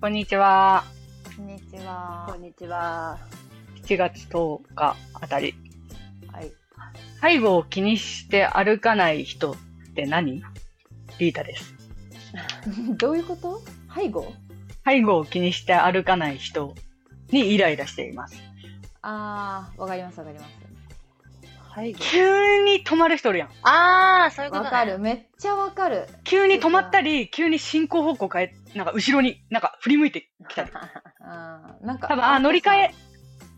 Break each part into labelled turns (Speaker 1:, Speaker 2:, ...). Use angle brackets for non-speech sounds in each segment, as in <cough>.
Speaker 1: こんにちは。
Speaker 2: こんにちは
Speaker 3: こ。んにちは。
Speaker 1: 7月10日あたり。
Speaker 3: はい。
Speaker 1: 背後を気にして歩かない人って何リータです。
Speaker 2: <laughs> どういうこと背後
Speaker 1: 背後を気にして歩かない人にイライラしています。
Speaker 2: ああ、わかりますわかります。
Speaker 3: はい。
Speaker 1: 急に止まる人おるやん。
Speaker 3: ああ、そういうこと
Speaker 2: わ
Speaker 3: ね。
Speaker 2: かる、めっちゃわかる。
Speaker 1: 急に止まったり、急に進行方向変え、なんか後ろに、なんか振り向いてきたり。
Speaker 2: あーなんか。
Speaker 1: 多分、あー、乗り換え、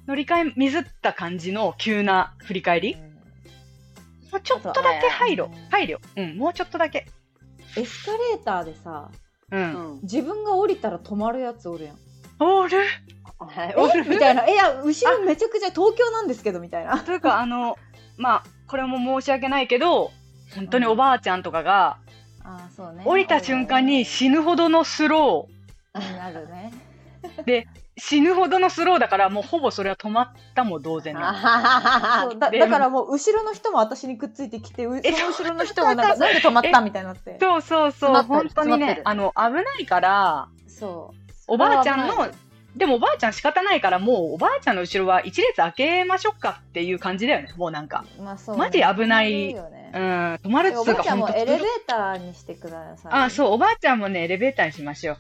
Speaker 1: 乗り換え、ミスった感じの急な振り返り
Speaker 2: う。ん
Speaker 1: もうちょっとだけ配慮
Speaker 2: そうだね。
Speaker 1: 配慮。うん、もうちょっとだけ。
Speaker 2: エスカレーターでさ、
Speaker 1: う。
Speaker 3: うんん。
Speaker 2: 自分が降りたら止まるやつおるやん。
Speaker 1: おる
Speaker 3: はい。
Speaker 1: おる
Speaker 2: みたいな。いや、後ろめちゃくちゃ東京なんですけど、みたいな。
Speaker 1: というか、あの、まあ、これも申し訳ないけど、本当におばあちゃんとかが、
Speaker 2: ああ、そうね。
Speaker 1: 降りた瞬間に死ぬほどのスロー、
Speaker 2: なるね。
Speaker 1: 死ぬほどのスローだから、もうほぼそれは止まったも同然なの。
Speaker 2: そうだ
Speaker 1: で
Speaker 2: だからもう後ろの人も私にくっついてきてうそ
Speaker 1: え
Speaker 2: の後ろの人もなんかなんで止まったみたいになって
Speaker 1: そうそう
Speaker 3: 詰ま
Speaker 1: そう、
Speaker 3: ってる
Speaker 1: 本当に
Speaker 3: 詰ま
Speaker 1: ね
Speaker 3: ってる、
Speaker 1: あの、危ないから、
Speaker 2: そう
Speaker 1: おばあちゃん
Speaker 2: それは
Speaker 1: の、でもおばあちゃん仕方ないから、もうおばあちゃんの後ろは一列開けましょうかっていう感じだよね、もうなんか。
Speaker 2: 危ないまあそう
Speaker 1: マジ危ない
Speaker 2: そうよね
Speaker 1: うん、止まるっつ
Speaker 2: お
Speaker 1: う
Speaker 2: ば
Speaker 1: か、
Speaker 2: あちゃんも
Speaker 1: ほんと
Speaker 2: エレベーターにしてください。
Speaker 1: あ、そう、おばあちゃんもね、エレベーターにしましょう。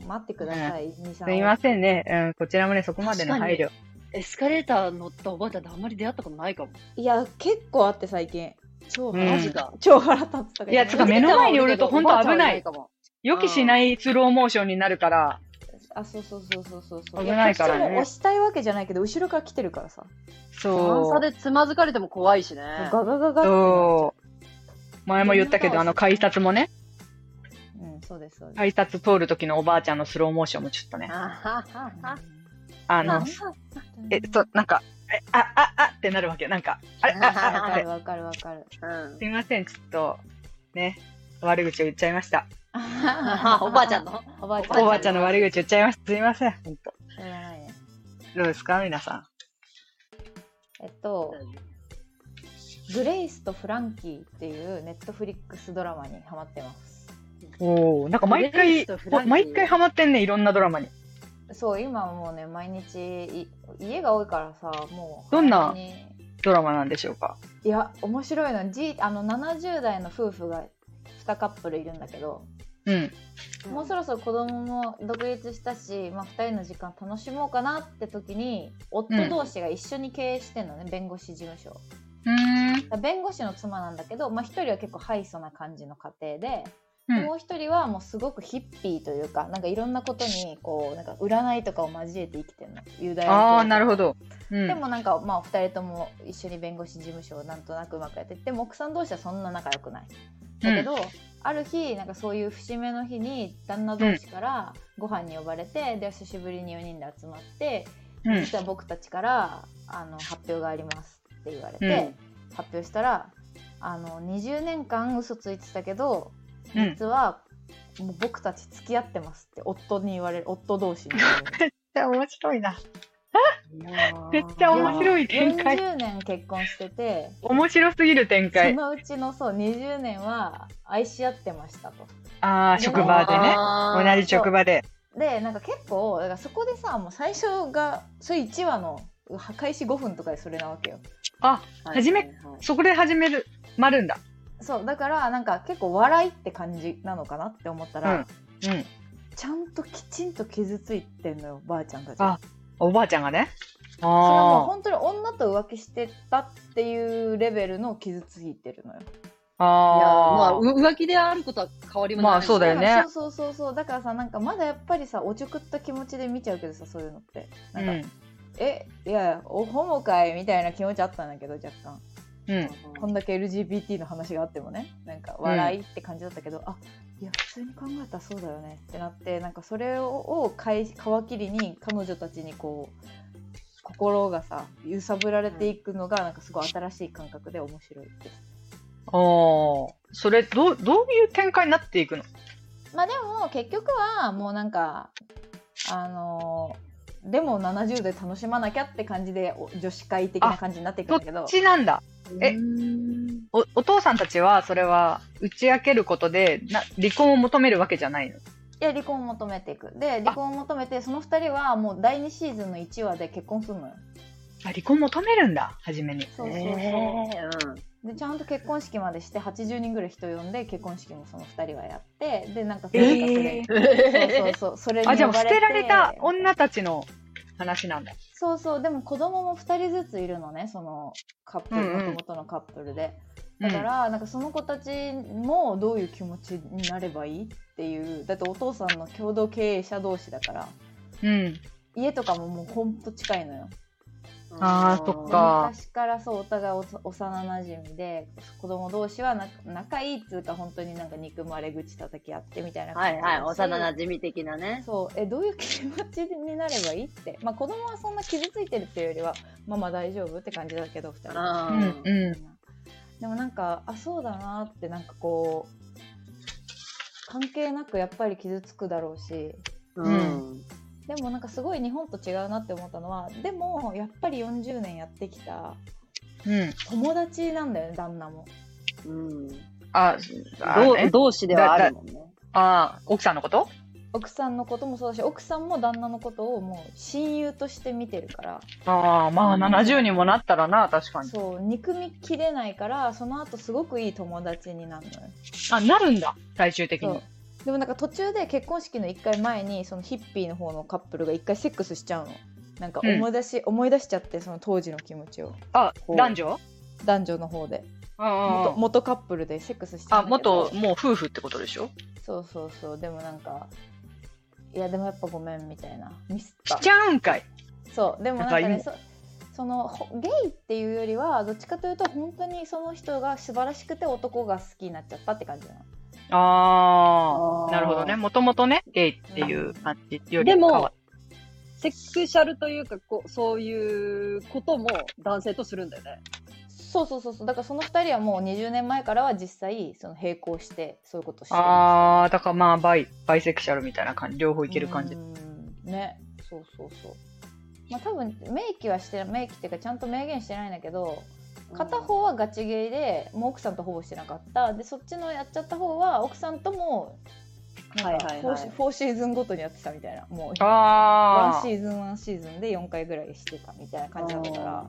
Speaker 2: うん、待ってください、二三
Speaker 1: すいませんね、うん、こちらもね、そこまでの配慮。
Speaker 3: <laughs> エスカレーター乗ったおばあちゃんってあんまり出会ったことないかも。
Speaker 2: いや、結構あって最近。超
Speaker 1: うん
Speaker 3: マジか。
Speaker 2: 超腹立つとか。
Speaker 1: いやつうか目の前におるとほんと危ない
Speaker 3: かも。
Speaker 1: 予期しないスローモーションになるから、
Speaker 2: あ、そうそうそうそうそうそう。
Speaker 1: 危ないからね
Speaker 2: やこっちも押したいわけじゃないけど、後ろから来てるからさ。
Speaker 3: 段
Speaker 1: そ
Speaker 3: 差
Speaker 1: う。
Speaker 3: でつまずかれても怖いしね。
Speaker 2: ガガガガって
Speaker 1: そう。前も言ったけど、あの、改札もね、
Speaker 2: うん、そうです、そうです。
Speaker 1: 改札通る時のおばあちゃんのスローモーションもちょっとね、
Speaker 3: あははは
Speaker 1: あ
Speaker 3: な
Speaker 1: の
Speaker 3: ん、
Speaker 1: え、そう、なんか、えあ、あ、あってなるわけよ。なんか、あれ、あ、
Speaker 2: わ
Speaker 1: あ、あ
Speaker 2: か
Speaker 1: って
Speaker 2: る。わかるわかる。
Speaker 3: うん
Speaker 1: すいません、ちょっと、ね、悪口を言っちゃいました。
Speaker 3: あ <laughs> おばあちゃんの。
Speaker 2: おばあちゃん。
Speaker 1: おばあちゃんの悪口言っちゃいました。すいません、本当。
Speaker 2: しょうがないね。
Speaker 1: どうですか、皆さ
Speaker 2: えっと、グレイスとフランキーっていうネットフリックスドラマにハマってます。
Speaker 1: ん。おお、なんか毎
Speaker 3: フレンチ
Speaker 1: 回
Speaker 3: とフラン、キー
Speaker 1: 毎回ハマってんね、いろんなドラマに。
Speaker 2: そう、今もうね、毎日い、家が多いからさ、もう。
Speaker 1: どんな
Speaker 2: 早めに
Speaker 1: ドラマなんでしょうか。
Speaker 2: いや、面白いの。じあの、70代の夫婦が2カップルいるんだけど、
Speaker 1: うん。
Speaker 2: もうそろそろ子供も独立したし、まあ、2人の時間楽しもうかなって時に、夫同士が一緒に経営してんのね、弁護士事務所を。
Speaker 1: うーん。
Speaker 2: だから弁護士の妻なんだけど、まあ、1人は結構ハイソな感じの家庭で、
Speaker 1: うん
Speaker 2: もう1人はもうすごくヒッピーというかなんかいろんなことにこうなんか占いとかを交えて生きてるのユダ
Speaker 1: あ
Speaker 2: ヤ教とか
Speaker 1: あ、なるほど。うん
Speaker 2: でもなんか、まあ、2人とも一緒に弁護士事務所をなんとなくうまくやってでも奥さん同士はそんな仲良くないだけど、ある日なんかそういう節目の日に旦那同士からご飯に呼ばれて、で久しぶりに4人で集まって
Speaker 1: うん。
Speaker 2: 実は僕たちからあの発表がありますって言われて、発表したらあの20年間嘘ついてたけど
Speaker 1: うん
Speaker 2: 実はもう僕たち付き合ってますって夫に言われる夫同士に言われる。
Speaker 1: めっちゃ面白いな。め
Speaker 3: め
Speaker 1: っちゃ面白い展開。
Speaker 2: 40年結婚してて
Speaker 1: 面白すぎる展
Speaker 2: そ
Speaker 1: 開。
Speaker 2: のうちのそう20年は愛し合ってましたと。
Speaker 1: ああ、
Speaker 2: で
Speaker 1: 職場でね。同じ
Speaker 2: そう
Speaker 1: 職場で。
Speaker 2: でなんか結構だからそこでさもう最初がそれ1話の開始5分とかでそれなわけよ。
Speaker 1: あ、初めそこで始める、まるんだ。
Speaker 2: そうだからなんか結構笑いって感じなのかなって思ったら、
Speaker 1: うんうん。
Speaker 2: ちゃんときちんと傷ついてんのよばあちゃんたち。
Speaker 1: あおばあちゃんがね。
Speaker 2: それはもう
Speaker 1: あ
Speaker 2: 本当に女と浮気してたっていうレベルの傷ついてるのよ。
Speaker 1: あ。
Speaker 3: いやま
Speaker 1: あ
Speaker 3: あ
Speaker 1: あ。
Speaker 3: う浮気であることは変わりもない
Speaker 1: まあそうだよね
Speaker 2: からそうそうそうそうだからさなんかまだやっぱりさおちょくった気持ちで見ちゃうけどさそういうのって
Speaker 1: う
Speaker 2: なんか、
Speaker 1: ん。
Speaker 2: えいやおホモかいみたいな気持ちあったんだけど若干
Speaker 1: うん。
Speaker 2: こんだけ LGBT の話があってもねなんか笑いって感じだったけど、あいや普通に考えたらそうだよねってなってなんかそれををかい皮切りに彼女たちにこう心がさ揺さぶられていくのがなんかすごい新しい感覚で面白いです。
Speaker 1: ああ。それ、どう、どういう展開になっていくの
Speaker 2: まあでも結局はもうなんかあのーでも70で楽しまなきゃって感じでお女子会的な感じになっていくん
Speaker 1: ど
Speaker 2: だ
Speaker 1: っ
Speaker 2: けど
Speaker 1: ちなんだえ
Speaker 3: うん
Speaker 1: お、お父さんたちは、それは、打ち明けることで、な、離婚を求めるわけじゃないの。
Speaker 2: いや離婚を求めていくで離婚を求めてその2人はもう第2シーズンの1話で結婚するのよ
Speaker 1: あ離婚求めるんだ、初めに。
Speaker 2: そうそうそう、でちゃんと結婚式までして80人ぐらい人呼んで結婚式もその2人はやってでなんかそれかそれ、そうそうそうそれに
Speaker 1: あ、じゃあも
Speaker 2: 呼
Speaker 1: う
Speaker 2: ば
Speaker 1: 捨てられた
Speaker 2: て
Speaker 1: 女たちの話なんだ。
Speaker 2: そうそうでも子供も2人ずついるのねそのカップル
Speaker 1: うんう
Speaker 2: も
Speaker 1: ん
Speaker 2: ともとのカップルで、だから、なんかその子たちもどういう気持ちになればいいっていうだってお父さんの共同経営者同士だから
Speaker 1: うん。うん。
Speaker 2: 家とかももうほんと近いのよ
Speaker 1: <laughs> あーそっか
Speaker 2: 昔からそうお互いおさ幼なじみで子供同士はな仲いいっつうか本当になんか憎まれ口叩き合ってみたいな
Speaker 3: はいはい、
Speaker 2: だし
Speaker 3: 幼馴染み的なね。
Speaker 2: そうえどういう気持ちになればいいって、まあ、子供はそんな傷ついてるっていうよりはママ大丈夫って感じだけど2人
Speaker 1: う
Speaker 3: あ
Speaker 1: ん。
Speaker 3: ー
Speaker 1: う
Speaker 2: でもなんかあそうだなってなんかこう関係なくやっぱり傷つくだろうし
Speaker 1: う
Speaker 3: うんん。
Speaker 2: でもなんかすごい日本と違うなって思ったのはでもやっぱり40年やってきた
Speaker 1: ん。うん。
Speaker 2: 友達なんだよね旦那も
Speaker 3: うん。
Speaker 1: あ、あ
Speaker 3: 同
Speaker 1: ね
Speaker 3: 同志ではあるもんね。
Speaker 1: あ、奥さんのこと
Speaker 2: 奥さんのこともそうだし奥さんも旦那のことをもう親友として見てるから
Speaker 1: ああ、まあ
Speaker 3: うん
Speaker 1: 70にもなったらな、確かに。
Speaker 2: そう憎みきれないからその後すごくいい友達になるのよ
Speaker 1: あ、なるんだ、最終的
Speaker 2: そ
Speaker 1: に
Speaker 2: う。でもなんか途中で結婚式の1回前にそのヒッピーの方のカップルが1回セックスしちゃうのなんか思い出し、思い出しちゃってその当時の気持ちを
Speaker 1: あ、
Speaker 3: こう
Speaker 1: 男女
Speaker 2: 男女の方で元
Speaker 1: あ
Speaker 2: 元カップルでセックスしちゃ
Speaker 1: あ、
Speaker 2: うんだけ
Speaker 1: 元
Speaker 2: ど、
Speaker 1: もう夫婦ってことでしょ
Speaker 2: そうそうそうでもなんかいやでもやっぱごめんみたいなミスった
Speaker 1: しちゃうんかい。
Speaker 2: そうでもなんか
Speaker 1: やっ
Speaker 2: ね
Speaker 1: ぱ
Speaker 2: そそのほゲイっていうよりはどっちかというと本当にその人が素晴らしくて男が好きになっちゃったって感じなの
Speaker 1: あ
Speaker 3: あ
Speaker 1: あ、
Speaker 3: ー
Speaker 1: なるほどね。。もともとね、ゲイっていう感じより
Speaker 3: で
Speaker 1: 変わ
Speaker 3: も、セクシャルというか、こうそういうことも男性とするんだよね。
Speaker 2: そうそうそうそうだからその2人はもう20年前からは実際その並行してそういうことしてる
Speaker 1: ああ、だからまあ、バイ、バイセクシャルみたいな感じ、両方いける感じ
Speaker 2: う。んねそうそうそうまあ多分明記はして明記っていうかちゃんと明言してないんだけど片方はガチゲイでもう奥さんとほぼしてなかったでそっちのやっちゃった方は奥さんともなんか
Speaker 3: はいはい
Speaker 2: フォ
Speaker 3: は
Speaker 2: ー
Speaker 3: い
Speaker 2: シ 4, シーズンごとにやってたみたいなもう
Speaker 1: あ
Speaker 2: 1
Speaker 1: あ、
Speaker 2: シーズン1シーズンで4回ぐらいしてたみたいな感じだったから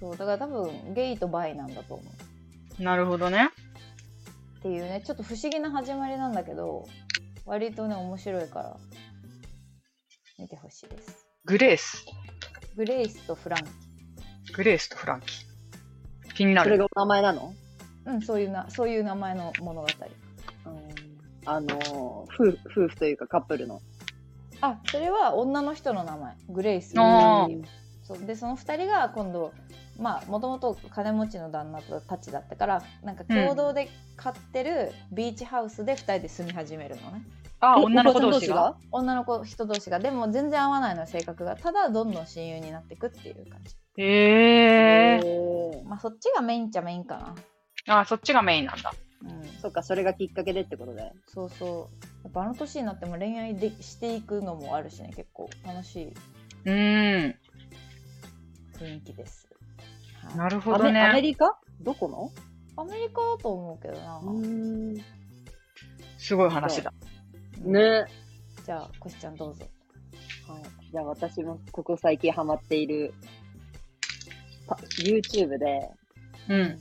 Speaker 2: そうだから多分ゲイとバイなんだと思う
Speaker 1: なるほどね。
Speaker 2: っていうねちょっと不思議な始まりなんだけど割とね面白いから見てほしいです
Speaker 1: グレース。
Speaker 2: グレイスとフランキ
Speaker 1: グレースとフランキー。気にな
Speaker 3: それ
Speaker 1: る。
Speaker 3: がお名前なの
Speaker 2: ーうんそういうなそういう名前の物語
Speaker 3: あの、夫婦夫婦というかカップルの。
Speaker 2: あそれは女の人の名前グレイス
Speaker 1: あ
Speaker 3: ー
Speaker 2: そうでその2人が今度まあもともと金持ちの旦那たちだったからなんか共同で買ってるビーチハウスで2人で住み始めるのね、
Speaker 1: ああ、
Speaker 3: お
Speaker 1: 女の子同士が。
Speaker 2: 女の子人同士がでも全然合わないの性格がただどんどん親友になっていくっていう感じ
Speaker 1: へえ。
Speaker 3: ー
Speaker 2: まあそっちがメインっちゃメインかな
Speaker 1: ああ、そっちがメインなんだ。
Speaker 2: うん
Speaker 3: そっか、それがきっかけでってことで。
Speaker 2: そうそうやっぱあの年になっても恋愛でしていくのもあるしね結構楽しいう
Speaker 1: ーん。
Speaker 2: 雰囲気です、はい
Speaker 1: なるほ
Speaker 3: ア
Speaker 1: ど
Speaker 3: メアメ
Speaker 1: ね。
Speaker 3: リカどこの
Speaker 2: アメリカだと思うけどな、
Speaker 3: ん。ね。
Speaker 1: すごい話だ。
Speaker 3: はい。
Speaker 2: じゃあコシちゃんどうぞ
Speaker 3: じゃあ私もここ最近ハマっている、パ YouTube で
Speaker 1: うん。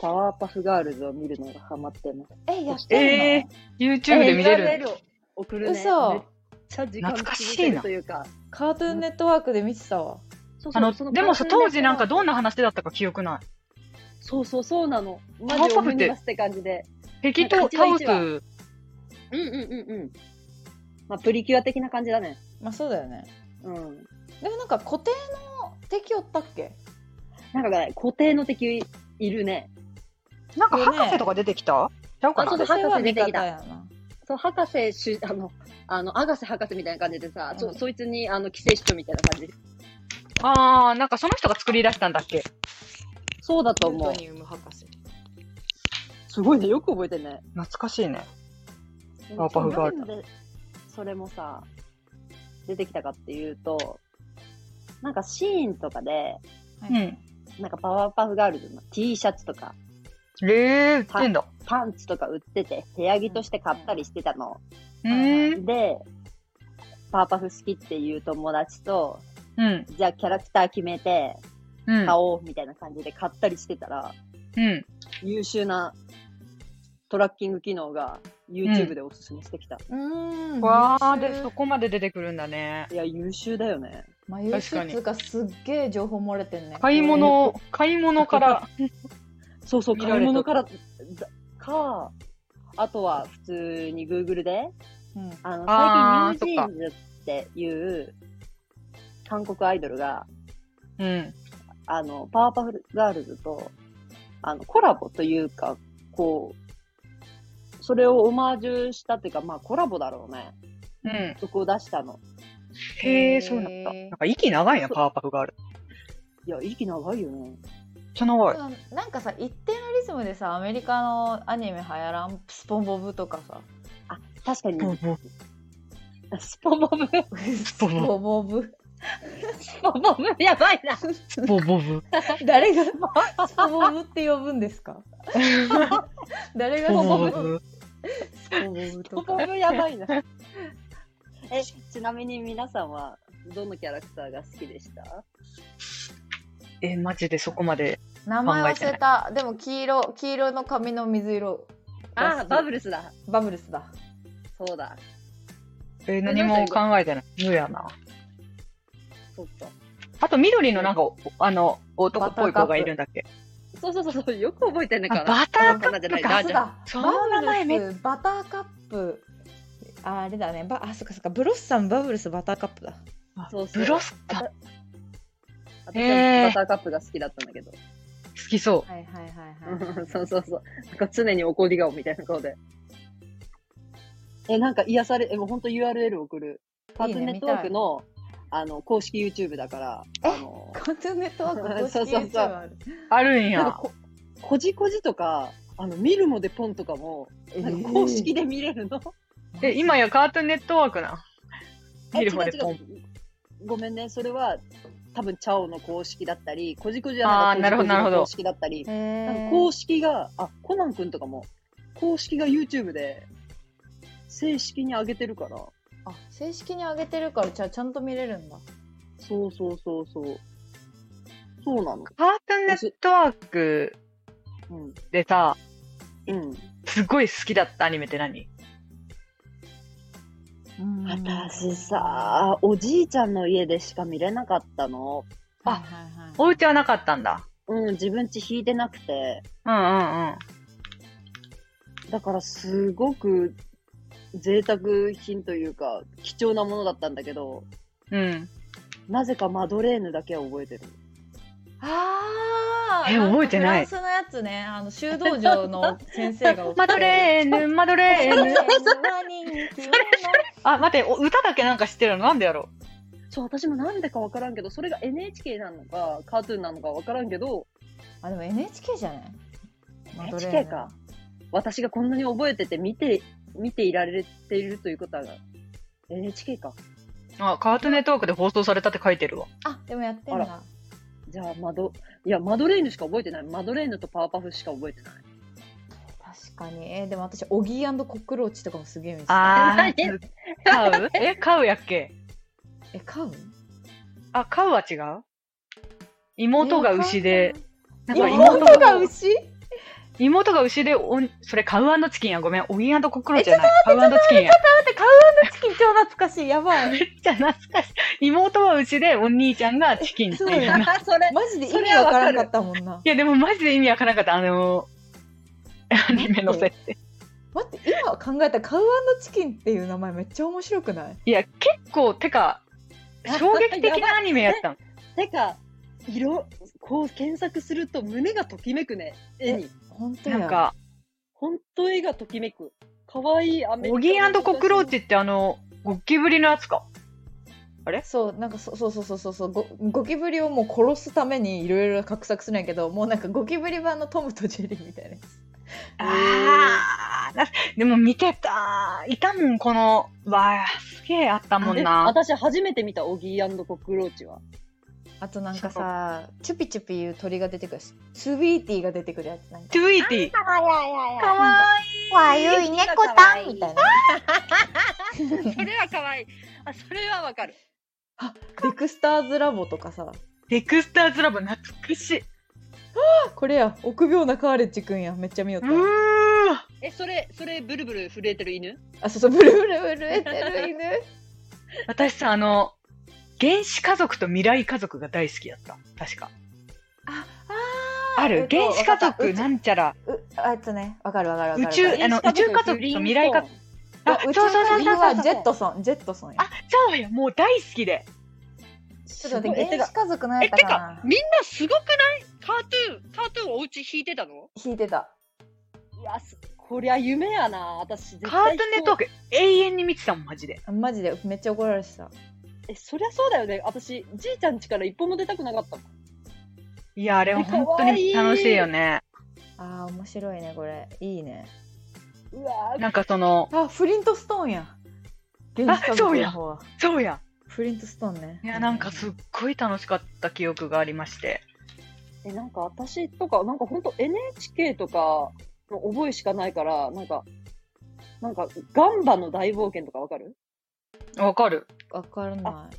Speaker 3: パワーパフガールズを見るのがハマってます。
Speaker 2: えやってるの、
Speaker 1: えー、YouTube で見れる。
Speaker 3: URL を送るね。
Speaker 2: 嘘
Speaker 3: めっちゃ時間かけてるというか。
Speaker 2: カートゥーンネットワークで見てたわ
Speaker 3: そうそ
Speaker 1: あ
Speaker 3: う
Speaker 1: の、
Speaker 3: そ
Speaker 1: でもさ、当時なんかどん
Speaker 3: な。
Speaker 1: な話だったか記憶ない。
Speaker 3: そうそうそうなの。
Speaker 1: パ
Speaker 3: マ
Speaker 1: ワー
Speaker 3: ジ
Speaker 1: パ
Speaker 3: オ
Speaker 1: フって
Speaker 3: ムニバスって感じで。
Speaker 1: 敵と
Speaker 3: 一話
Speaker 1: 倒
Speaker 3: 一話
Speaker 1: す。
Speaker 3: うんうんうんうん。まあ、プリキュア的な感じだね。
Speaker 2: まあそうだよね
Speaker 3: うん。
Speaker 2: でもなんか固定の敵おったっけ
Speaker 3: なんかね、固定の敵いるね。
Speaker 1: なんか
Speaker 2: ね
Speaker 1: 博士とか出てきたちゃうか
Speaker 3: あそう
Speaker 1: な
Speaker 3: だ
Speaker 2: 私は
Speaker 3: 博士
Speaker 2: 味
Speaker 3: 出てき
Speaker 2: 方
Speaker 3: た
Speaker 2: やな
Speaker 3: そう、博士主、あの、あの、アガセ博士みたいな感じでさ、
Speaker 2: う
Speaker 3: そ
Speaker 2: ん
Speaker 3: そいつに、あの、寄生種みたいな感じ。
Speaker 1: ああ、なんかその人が作り出したんだっけ
Speaker 3: そうだと
Speaker 4: ニュ
Speaker 3: 思
Speaker 4: ー
Speaker 3: う
Speaker 4: ト。ニウム博士
Speaker 3: すごいね、よく覚えてね。
Speaker 1: 懐かしいね。ワーパフガールズ
Speaker 3: なんでそれもさ、出てきたかっていうと、なんかシーンとかで、
Speaker 1: うん。
Speaker 3: なんかパワーパフガールズの T シャツとか、
Speaker 1: ええー、売ってんだ。
Speaker 3: パンチとか売ってて、部屋着として買ったりしてたの。
Speaker 1: うーん。
Speaker 3: で、パーパフ好きっていう友達と、
Speaker 1: うん。
Speaker 3: じゃあキャラクター決めて、
Speaker 1: うん
Speaker 3: 買。おうみたいな感じで買ったりしてたら、
Speaker 1: うん。
Speaker 3: 優秀なトラッキング機能が YouTube でおすすめしてきた。
Speaker 2: うん
Speaker 1: わあ、で、そこまで出てくるんだね。
Speaker 3: いや、優秀だよね。
Speaker 2: 迷うつうかすっげえ情報漏れてんね
Speaker 1: 買い物、買い物から。
Speaker 3: そうそう、
Speaker 1: 見ら
Speaker 3: 買
Speaker 1: れ
Speaker 3: い
Speaker 1: た
Speaker 3: 物から、だか、あとは普通に Google で、
Speaker 2: うん
Speaker 3: あの、
Speaker 1: あー
Speaker 3: 最近ニュージーンズっていう韓国アイドルが、
Speaker 1: うん。
Speaker 3: あの、パワーパフガールズと、あの、コラボというか、こう、それをオマージュしたっていうか、まあコラボだろうね。
Speaker 1: うん。
Speaker 3: そこを出したの。
Speaker 1: へえ、そうなんだ。
Speaker 2: へ
Speaker 1: な
Speaker 2: ー
Speaker 1: んか息長いな、パワーパフがある。
Speaker 3: いや、息長いよね。
Speaker 1: めっちゃ長い。
Speaker 2: うんなんかさ一定のリズムでさアメリカのアニメ流行らんスポンボブとかさ
Speaker 3: あ、確かに、
Speaker 1: うん
Speaker 3: スポボブ、
Speaker 2: ス
Speaker 1: ポンボブ
Speaker 2: ポンボブ
Speaker 3: <laughs> スポボブ、やばい
Speaker 1: <laughs>
Speaker 3: な。
Speaker 1: ボボブ。
Speaker 2: 誰がスポボブって呼ぶんですか誰がス
Speaker 1: ボ
Speaker 2: ポ
Speaker 1: ボ
Speaker 2: ボブ
Speaker 1: ブ。
Speaker 2: スポボブと
Speaker 3: スポ
Speaker 2: か
Speaker 3: ボブやば <laughs> いな。え、ちなみに皆さんは、どのキャラクターが好きでした
Speaker 1: <laughs> え、マジでそこまで。
Speaker 2: 名前忘れたでも黄色黄色の髪の水色が好き
Speaker 3: ルスだ。
Speaker 2: バブルスだ
Speaker 3: そうだ。
Speaker 1: え、何も考えてない。無やな。
Speaker 3: そっか。
Speaker 1: あと、緑のなんか、おあの、男っぽい子がいるんだっけ。
Speaker 3: そうそうそうそう、よく覚えてんね
Speaker 1: あ
Speaker 3: か
Speaker 1: バターカ
Speaker 3: バターカ
Speaker 1: ッ
Speaker 3: ップ
Speaker 1: プ
Speaker 3: か
Speaker 1: か
Speaker 3: あ。じゃ
Speaker 2: だ
Speaker 3: あ
Speaker 1: その名前め
Speaker 2: バブルスバターカップあれだねばあそっかそっかブロッサムバブルスバターカップだ
Speaker 1: あ
Speaker 3: そうそう
Speaker 1: ブロスタ
Speaker 3: あ
Speaker 1: 好
Speaker 3: た私
Speaker 1: へ
Speaker 3: は
Speaker 1: ー
Speaker 3: バターカップが好きだったんだけど。
Speaker 1: きそ
Speaker 2: はいはいはいはい
Speaker 3: そうそうそう。なんか常に怒り顔みたいな顔で。え、なんか癒され、え、もうほんと URL 送る。カ
Speaker 2: いい
Speaker 3: ズ
Speaker 2: ね
Speaker 3: ネットワークの、あの、公式 YouTube だから、
Speaker 2: え
Speaker 3: あの、
Speaker 2: カートゥーンネットワーク公式
Speaker 3: そうそうそう
Speaker 2: YouTube ある
Speaker 1: う。あるん
Speaker 3: なんか
Speaker 1: や。
Speaker 3: こ、こじこじとか、あの、見るもでポンとかも、なんか公式で見れるの。
Speaker 1: え、今やカートゥーンネットワークな。
Speaker 3: え
Speaker 1: <laughs> 見るまでポン。
Speaker 3: 違う違うごめんね、それは、多分、チャオの公式だったり、こじこじ
Speaker 1: あ
Speaker 3: は
Speaker 1: ーなるほどなるほど
Speaker 3: 公式だったり、なん
Speaker 2: へ
Speaker 3: か
Speaker 2: ー
Speaker 3: 公式が、あ、コナン君とかも、公式が YouTube で、正式に上げてるから、
Speaker 2: あ正式に上げてるからじゃあちゃんと見れるんだ
Speaker 3: そうそうそうそう。そうなの。
Speaker 1: カートゥーンネットワーク
Speaker 3: うん。
Speaker 1: でさ、
Speaker 3: うん。
Speaker 1: すごい好きだったアニメって何
Speaker 3: 私さ、おじいちゃんの家でしか見れなかったの。
Speaker 1: あ
Speaker 2: はいはいはい
Speaker 1: お家はなかったんだ。
Speaker 3: うん、自分家引いてなくて。
Speaker 1: うんうんうん。
Speaker 3: だからすごく贅沢品というか貴重なものだったんだけど
Speaker 1: うん。
Speaker 3: なぜかマドレーヌだけは覚えてる
Speaker 2: あー
Speaker 1: え覚えてない
Speaker 2: んかフランスのやつねあの修道場の先生が
Speaker 1: マドレーヌ、マドレーヌ。あ、待って、お歌だけなんか知ってるのなんでやろ
Speaker 3: そう私もなんでか分からんけどそれが NHK なのかカートゥーンなのか分からんけど
Speaker 2: あでも NHK じゃない
Speaker 3: NHK か私がこんなに覚えてて見て見ていられているということは NHK か
Speaker 1: うあ、カートゥーンネットワークで放送されたって書いてるわ。
Speaker 2: あでもやってん
Speaker 3: あ
Speaker 2: だ
Speaker 3: じゃあマドいやマドレーヌしか覚えてないマドレーヌとパワーパフしか覚えてない
Speaker 2: 確かにえーでも私オギーコックローチとかもすげえ見てた
Speaker 1: あ
Speaker 3: ー
Speaker 1: ー、カウえ、カウやっけ
Speaker 2: えカウン
Speaker 1: あ、カウは違う妹が牛で、なんか
Speaker 2: 妹
Speaker 1: 妹が、
Speaker 2: が牛 <laughs>
Speaker 1: 妹が牛で、おんそれカウチキンや、ごめん、オギーコックローじゃない。カウチキンや。
Speaker 2: チキン超懐かしいや
Speaker 1: <laughs>
Speaker 2: ば
Speaker 1: め
Speaker 2: い
Speaker 1: っちゃ懐かしい。妹は牛で、お兄ちゃんがチキンって
Speaker 2: そう
Speaker 1: い
Speaker 2: だ
Speaker 1: う。い
Speaker 2: よ
Speaker 3: それ
Speaker 2: マジで意味わからなかったもんな
Speaker 1: や、でもマジで意味わからなかった。あのー、アニメの設定。
Speaker 2: 待って今考えたらカウチキンっていう名前めっちゃ面白くない
Speaker 1: いや、結構、てか、衝撃的なアニメやったの。
Speaker 3: <laughs> てか色こう検索すると胸がときめくね絵に
Speaker 2: 本当や
Speaker 1: なんか、
Speaker 3: 本当絵がときめく。かわいいアメリカ
Speaker 1: オギーコックローチ
Speaker 3: っ
Speaker 1: ってあの、ゴキブリのやつか。
Speaker 2: そうなんかそそうそうそうそうそうゴゴキブリをもう殺すためにいろいろ画策するんやけどもうなんかゴキブリ版のトムとジェリーみたいなやつ
Speaker 1: あーなでも見てた。いたもん、この、わあ、すげえあったもんな。
Speaker 3: 私初めて見たオギーコックローチは。
Speaker 2: あとなんかさチュピチュピいう鳥が出てくるススウィーティーが出てくるやつなんか
Speaker 1: トゥイーティ
Speaker 5: あららら
Speaker 1: か
Speaker 5: ら。
Speaker 1: わ
Speaker 5: わゆい猫たんみたいな。
Speaker 1: いいそれはかわいいあそれはわかる
Speaker 2: デクスターズラボとかさ
Speaker 1: デクスターズラブ懐かしいう
Speaker 2: これや臆病なカーレッジくんやめっちゃ見よった、
Speaker 1: ーわえそれそれブルブル震えてる犬
Speaker 2: あそうそうブルブル震えてる犬
Speaker 1: 私さあの原始家族と未来家族が大好きだった確か
Speaker 2: あ
Speaker 1: ある原始家族
Speaker 2: な
Speaker 1: なんちゃら
Speaker 2: うあえっとねわかるわかるわかる
Speaker 1: 宇宙
Speaker 2: わかる
Speaker 1: あの宇宙家族と未来家族あ
Speaker 2: あ
Speaker 1: そ
Speaker 2: 宇
Speaker 1: う
Speaker 2: 宙
Speaker 1: そうそうそう
Speaker 2: 人
Speaker 1: そう
Speaker 2: はジェットソンジェットソンや
Speaker 1: あそうよもう大好きで
Speaker 2: ちょ
Speaker 3: す
Speaker 2: っと
Speaker 3: ごい
Speaker 2: 待って
Speaker 3: えて
Speaker 2: 原
Speaker 3: か
Speaker 2: 始家族のや
Speaker 6: え、
Speaker 2: つだ
Speaker 6: て
Speaker 2: か
Speaker 6: か
Speaker 2: な、
Speaker 6: みんなすごくないカートゥーン、カートゥーンお家引いてたの
Speaker 2: 引いてた
Speaker 3: いや、すこりゃ夢やな。私絶対
Speaker 1: カートゥーンネットワーク永遠に見てたもんマジで
Speaker 2: あマジでめっちゃ怒られてた
Speaker 3: え、そりゃそうだよね。私、じいちゃん家から一歩も出たくなかったもん。
Speaker 1: いやあれ
Speaker 3: え
Speaker 1: 本当に
Speaker 3: かわいい
Speaker 1: 楽しいよね
Speaker 2: あー面白いねこれいいね
Speaker 3: うわ
Speaker 1: なんかその
Speaker 2: あフリントストーンや原始家族の方は
Speaker 1: そうや
Speaker 2: フリントストーンね
Speaker 1: いやなんかすっごい楽しかった記憶がありまして
Speaker 3: え、なんか私とか、なんか本当 NHK とかの覚えしかないから、なんか、なんか、ガンバの大冒険とかわかる
Speaker 1: わかる
Speaker 2: わからない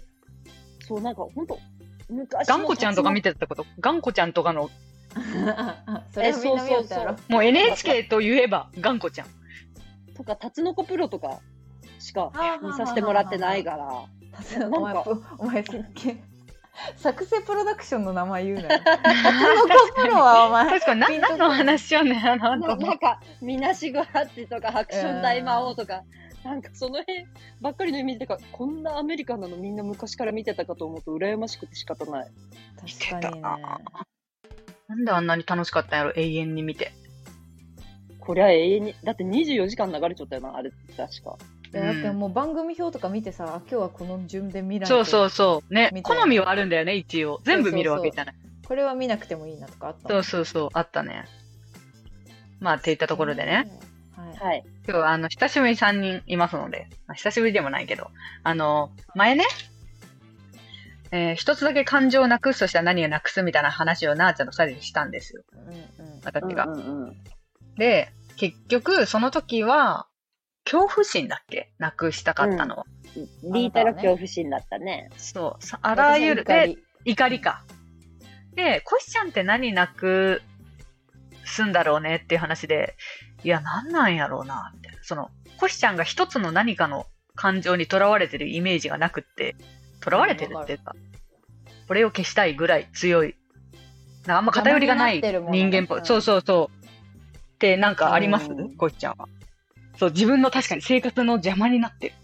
Speaker 3: そう、なんか本当昔
Speaker 1: ガンコちゃんとか見てたってことガンコちゃんとかの
Speaker 2: <laughs> それはみんな見よったやろ
Speaker 3: えそうそう
Speaker 1: もう NHK といえばガンコちゃ <laughs> ん
Speaker 3: とか、タツノコプロとかしか
Speaker 2: あー
Speaker 3: 見させてもらってないから。なん
Speaker 2: <laughs>
Speaker 3: か
Speaker 2: お前お前すっげえ作成プロダクションの名前言うな
Speaker 3: <laughs>
Speaker 2: よ
Speaker 1: 確
Speaker 2: タツノコプロはお前
Speaker 1: かにな何の話よねあのあの
Speaker 3: ななんか、みなしごハッチとか、ハクション大魔王とか、なんかその辺ばっかりのイメージでか、こんなアメリカンなのみんな昔から見てたかと思うと、羨ましくて仕方ない。
Speaker 2: 確かにね
Speaker 1: なんであんなに楽しかったんやろ永遠に見て
Speaker 3: こりゃ永遠に、だって24時間流れちゃったよな、あれ、確か。
Speaker 2: いやだってもう番組表とか見てさ今日はこの順で見ない
Speaker 1: そう
Speaker 2: う
Speaker 1: そうそうね
Speaker 2: 見て
Speaker 1: 好みはあるんだよね一応全部見るわけじゃない
Speaker 2: これは見なくてもいいなとかあった
Speaker 1: そう
Speaker 2: そ
Speaker 1: そうそうあったねまあっていったところでね、
Speaker 2: はい、
Speaker 3: はい。
Speaker 1: 今日はあの久しぶりに3人いますので、まあ、久しぶりでもないけどあの前ね、えー一つだけ感情をなくすとしたら何をなくすみたいな話をなあちゃんと2人でしたんですよ
Speaker 2: うんうん
Speaker 1: 私が、
Speaker 3: うんうんうん
Speaker 1: で、結局、その時は、恐怖心だっけなくしたかったのは。
Speaker 3: リータが恐怖心だったね。
Speaker 1: そう。さあらゆる、
Speaker 2: 私の
Speaker 1: で、
Speaker 2: 怒り
Speaker 1: 怒りか。で、コシちゃんって何なくすんだろうねっていう話で、いや、なんなんやろうな、みたいな。その、コシちゃんが一つの何かの感情にとらわれてるイメージがなくって、とらわれてるっていうか、これを消したいぐらい強い。なんかあんま偏りがない
Speaker 2: 邪魔にな
Speaker 1: 人
Speaker 2: ってるもんね
Speaker 1: 間っぽい。そうそうそう。ってなんかあります
Speaker 3: うん
Speaker 1: コシちゃんは。そう、自分の確かに生活の邪魔になってる。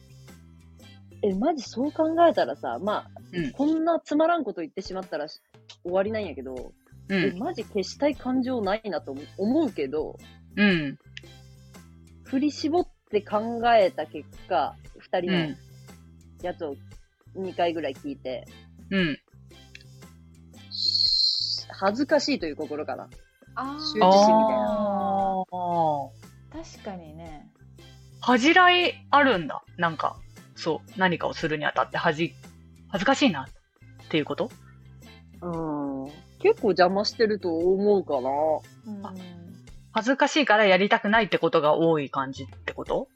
Speaker 3: え、マジそう考えたらさ、まあ、
Speaker 1: うん
Speaker 3: こんなつまらんこと言ってしまったらし終わりなんやけど、
Speaker 1: う
Speaker 3: え、
Speaker 1: ん。
Speaker 3: マジ消したい感情ないなと思う思うけど、
Speaker 1: うん。
Speaker 3: 振り絞って考えた結果、二人
Speaker 1: う
Speaker 3: の
Speaker 1: ん。
Speaker 3: やつを2回ぐらい聞いて、
Speaker 1: うん。
Speaker 3: 恥ずかしいという心かな。
Speaker 2: あー
Speaker 3: 羞恥心みたいな
Speaker 2: あ
Speaker 1: あ。
Speaker 2: ー確かにね
Speaker 1: 恥じらいあるんだ。なんか、そう、何かをするにあたって恥じ、恥ずかしいなっていうこと
Speaker 3: うん。結構邪魔してると思うかな。
Speaker 2: う
Speaker 1: あ
Speaker 2: ん
Speaker 1: 恥ずかしいからやりたくないってことが多い感じってこと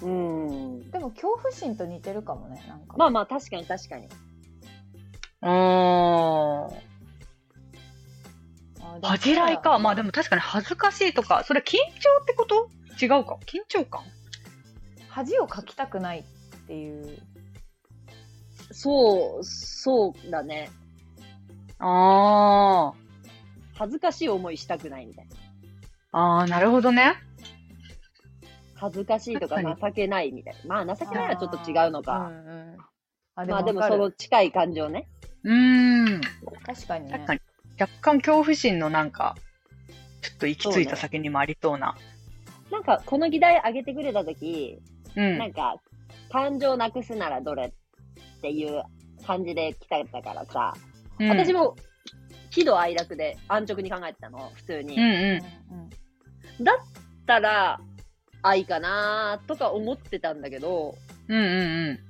Speaker 3: うん。
Speaker 2: でも恐怖心と似てるかもねなんか
Speaker 3: まあまあ、確かに確かに。
Speaker 1: うーん。
Speaker 2: あーでも
Speaker 1: 恥じらいか。まあでも確かに恥ずかしいとか、それ緊張ってこと違うか。緊張感
Speaker 2: 恥をかきたくないっていう
Speaker 3: そう、そうだね。
Speaker 1: あー。
Speaker 3: 恥ずかしい思いしたくないみたいな。
Speaker 1: あー、なるほどね。
Speaker 3: 恥ずかしいとか
Speaker 1: 確かに
Speaker 3: 情けないみたいな。まあ情けないはちょっと違うの
Speaker 2: う
Speaker 3: か。
Speaker 2: んうんあで
Speaker 3: ま
Speaker 2: も
Speaker 3: あでも
Speaker 2: わか
Speaker 3: そ
Speaker 2: る
Speaker 3: の近い感情ね。
Speaker 1: うーん。
Speaker 2: 確かにね
Speaker 1: 確かに。若干恐怖心のなんか、ちょっと行き着いた先にもありそうな。
Speaker 3: なんかこの議題上げてくれたとき、
Speaker 1: う
Speaker 3: なんか感情なくすならどれっていう感じで来たからさ、
Speaker 1: ん。
Speaker 3: 私
Speaker 1: も。
Speaker 3: も喜怒哀楽で安直に考えてたの、普通に。
Speaker 1: うんうん。
Speaker 2: うんうん
Speaker 3: だったら愛かなとか思ってたんだけど、
Speaker 1: うんうんう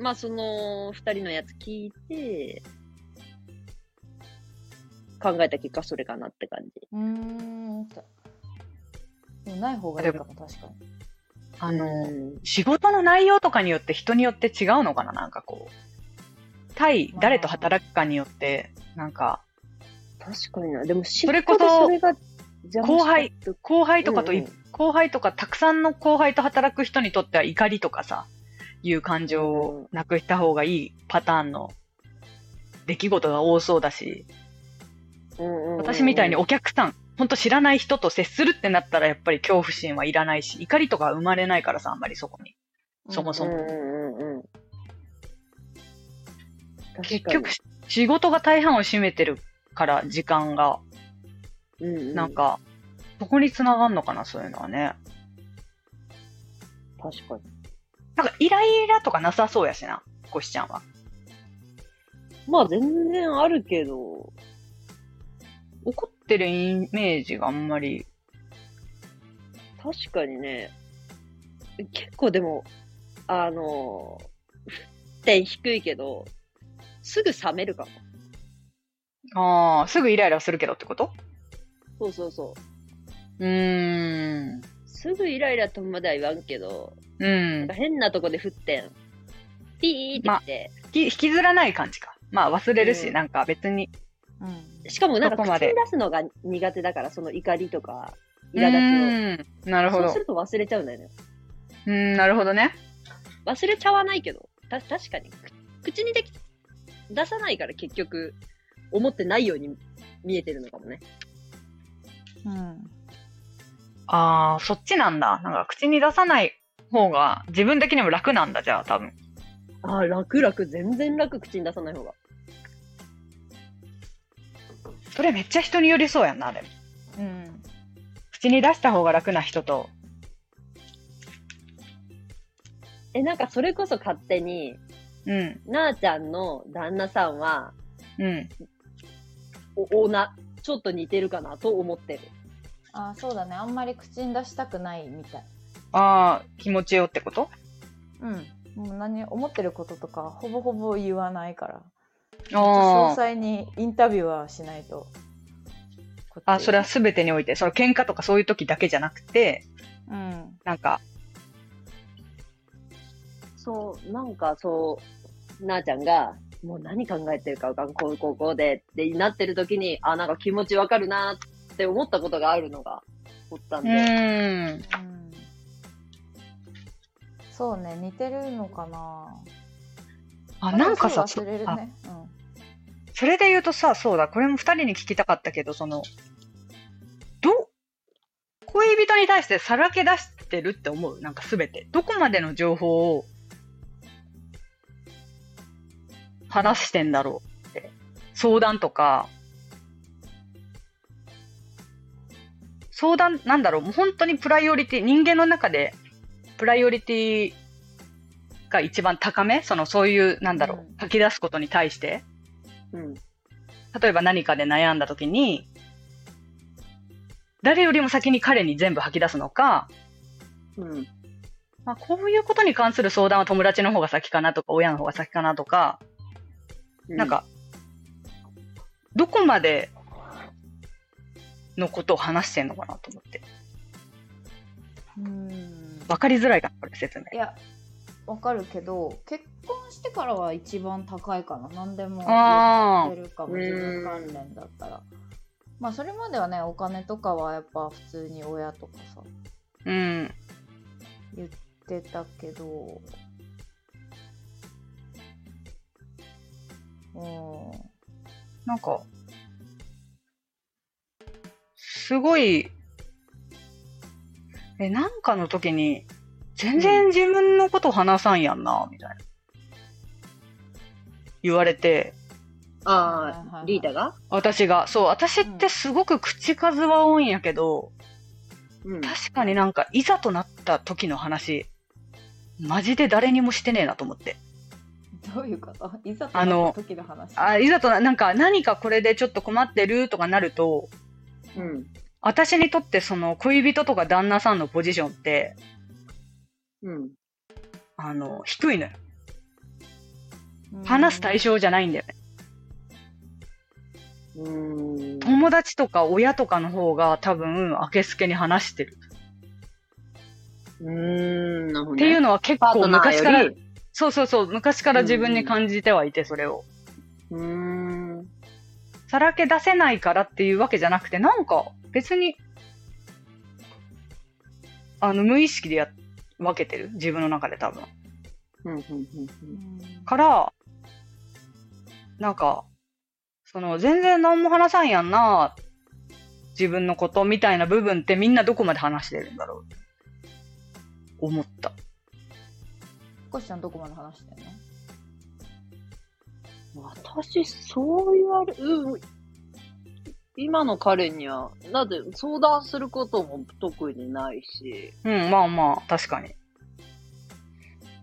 Speaker 1: ん。
Speaker 3: まあその二人のやつ聞いて、考えた結果それかなって感じ。
Speaker 2: うーんとでもない方がいいかも確かに
Speaker 1: あの、
Speaker 3: うん
Speaker 1: 仕事の内容とかによって人によって違うのかななんかこう、対誰と働くかによって、なんか、
Speaker 3: 確かにな。でも、
Speaker 1: それこそ
Speaker 3: それが邪魔
Speaker 1: 後輩
Speaker 3: しちゃうと、
Speaker 1: 後輩とかとい、
Speaker 3: うんうん
Speaker 1: 後輩とか、たくさんの後輩と働く人にとっては怒りとかさ、いう感情をなくした方がいいパターンの出来事が多そうだし、
Speaker 3: うんうんうん
Speaker 1: 私みたいにお客さん、ほんと知らない人と接するってなったら、やっぱり恐怖心はいらないし、怒りとか生まれないからさ、あんまりそこに。そもそ
Speaker 3: うん
Speaker 1: も。
Speaker 3: うんうんうん。
Speaker 1: 結局、仕事が大半を占めてるから、時間が。な、
Speaker 3: なん
Speaker 1: か、そこに繋がんのかな、そういうのはね。
Speaker 3: 確かに。
Speaker 1: なんか、イライラとかなさそうやしな、コシちゃんは。
Speaker 3: まあ、全然あるけど、
Speaker 1: 怒ってるイメージがあんまり、
Speaker 3: 確かにね、結構でも、あの、点低いけど、すぐ冷めるかも。
Speaker 1: ああ、すぐイライラするけどってこと
Speaker 3: そうそうそう。
Speaker 1: うーん。
Speaker 3: すぐイライラとまでは言わんけど、
Speaker 1: う
Speaker 3: なん
Speaker 1: ん
Speaker 3: か。変なとこで振ってん。ピーってきて、
Speaker 1: 引き引きずらない感じか。まあ、忘れるし、
Speaker 3: うん
Speaker 1: なんか別に。
Speaker 2: うん
Speaker 3: しかもなんか
Speaker 1: そこ
Speaker 3: 口
Speaker 1: ま
Speaker 3: に
Speaker 1: で
Speaker 3: 出すのが苦手だから、その怒りとか、
Speaker 1: う
Speaker 3: 苛立
Speaker 1: ーん。なる
Speaker 3: ちを。
Speaker 1: ほ
Speaker 3: そう
Speaker 1: ど
Speaker 3: す。ると忘れちゃうんだよね。
Speaker 1: うーん、なるほどね。
Speaker 3: 忘れちゃわないけど、た確かに。く口にでき出さないから結局、思ってないように見えてるのかもね。
Speaker 2: うん
Speaker 1: ああ、そっちなんだ。なんか、口に出さない方が、自分的にも楽なんだ、じゃあ、多分。
Speaker 3: ああ、楽楽、全然楽、口に出さない方が。
Speaker 1: それめっちゃ人によりそうやんな、でも。
Speaker 2: うん
Speaker 1: 口に出した方が楽な人と、
Speaker 3: え、なんかそれこそ勝手に、
Speaker 1: うん、
Speaker 3: なあちゃんの旦那さんは、
Speaker 1: うん。
Speaker 3: お、おな、ちょっと似てるかなと思ってる。
Speaker 2: あーそうだねあんまり口に出したくないみたい
Speaker 1: ああ、気持ちよってこと
Speaker 2: うんもう何思ってることとかほぼほぼ言わないから詳
Speaker 1: あー
Speaker 2: 細にインタビューはしないとこっち
Speaker 1: あ、それは全てにおいて、その喧嘩とかそういう時だけじゃなくて、
Speaker 2: うん
Speaker 1: なんか、
Speaker 3: そう、なんかそう、なあちゃんが、もう何考えてるかわかん、こうこうこうで、ってなってる時に、あ、なんか気持ちわかるなって思ったことがあるのが、おったん
Speaker 1: う
Speaker 3: で。
Speaker 1: ーん。
Speaker 2: うんそうね似てるのかな
Speaker 1: あ、なんかさ、
Speaker 2: すぐ忘れるね
Speaker 1: それで言うとさ、そうだ、これも二人に聞きたかったけど、その、ど、恋人に対してさらけ出してるって思うなんか全て。どこまでの情報を話してんだろうって。相談とか、相談、なんだろう、もう本当にプライオリティ、人間の中でプライオリティが一番高めその、そういう、なんだろう
Speaker 2: う、ん
Speaker 1: 吐き出すことに対して。
Speaker 3: うん。
Speaker 1: 例えば何かで悩んだ時に、誰よりも先に彼に全部吐き出すのか、
Speaker 3: うん。
Speaker 1: まあ、こういうことに関する相談は友達の方が先かなとか、親の方が先かなとか、なん、か、どこまでのことを話してんのかなと思って。
Speaker 2: うんうん
Speaker 1: わかりづらいかな、これ説明。
Speaker 2: いやわかるけど結婚してからは一番高いかな何でも
Speaker 1: あ
Speaker 2: 言ってるかも
Speaker 3: うん
Speaker 2: 自分関連だったらまあそれまではねお金とかはやっぱ普通に親とかさ
Speaker 1: うん。
Speaker 2: 言ってたけどうん
Speaker 1: なんか、すごい、え、なんかの時に、全然自分のこと話さんやんな、みたいな。言われて、
Speaker 2: はいはい
Speaker 3: あ
Speaker 2: は
Speaker 3: あ、
Speaker 2: い
Speaker 3: リーダが
Speaker 1: 私が、そう、私ってすごく口数は多いんやけど、
Speaker 3: うん
Speaker 1: 確かになんか、いざとなった時の話、マジで誰にもしてねえなと思って。
Speaker 2: どういうこといざと
Speaker 1: あ
Speaker 2: な
Speaker 1: の
Speaker 2: った時の話
Speaker 1: あ、いざとな、なんか、何かこれでちょっと困ってるとかなると、
Speaker 3: うん。
Speaker 1: 私にとってその恋人とか旦那さんのポジションって、
Speaker 3: うん。
Speaker 1: あの、低いのよ。話す対象じゃないんだよね。
Speaker 3: うーん。
Speaker 1: 友達とか親とかの方が多分、明けすけに話してる。
Speaker 3: うーん。なるほどね。
Speaker 1: っていうのは結
Speaker 3: パー
Speaker 1: 構
Speaker 3: トナー
Speaker 1: 昔
Speaker 3: よ
Speaker 1: から、
Speaker 3: り。
Speaker 1: そうそうそう、昔から自分に感じてはいて、それを。
Speaker 3: うーん。
Speaker 1: さらけ出せないからっていうわけじゃなくて、なんか別に、あの、無意識でや、分けてる。自分の中で多分。
Speaker 3: うんうんうん
Speaker 1: から、なんか、その、全然何も話さんやんな、自分のことみたいな部分ってみんなどこまで話してるんだろう。思った。
Speaker 2: コシちゃんどこまで話してんの
Speaker 3: うん私、そう言われ、うん。今の彼には、だって相談することも特にないし、
Speaker 1: うん、まあまあ、確かに。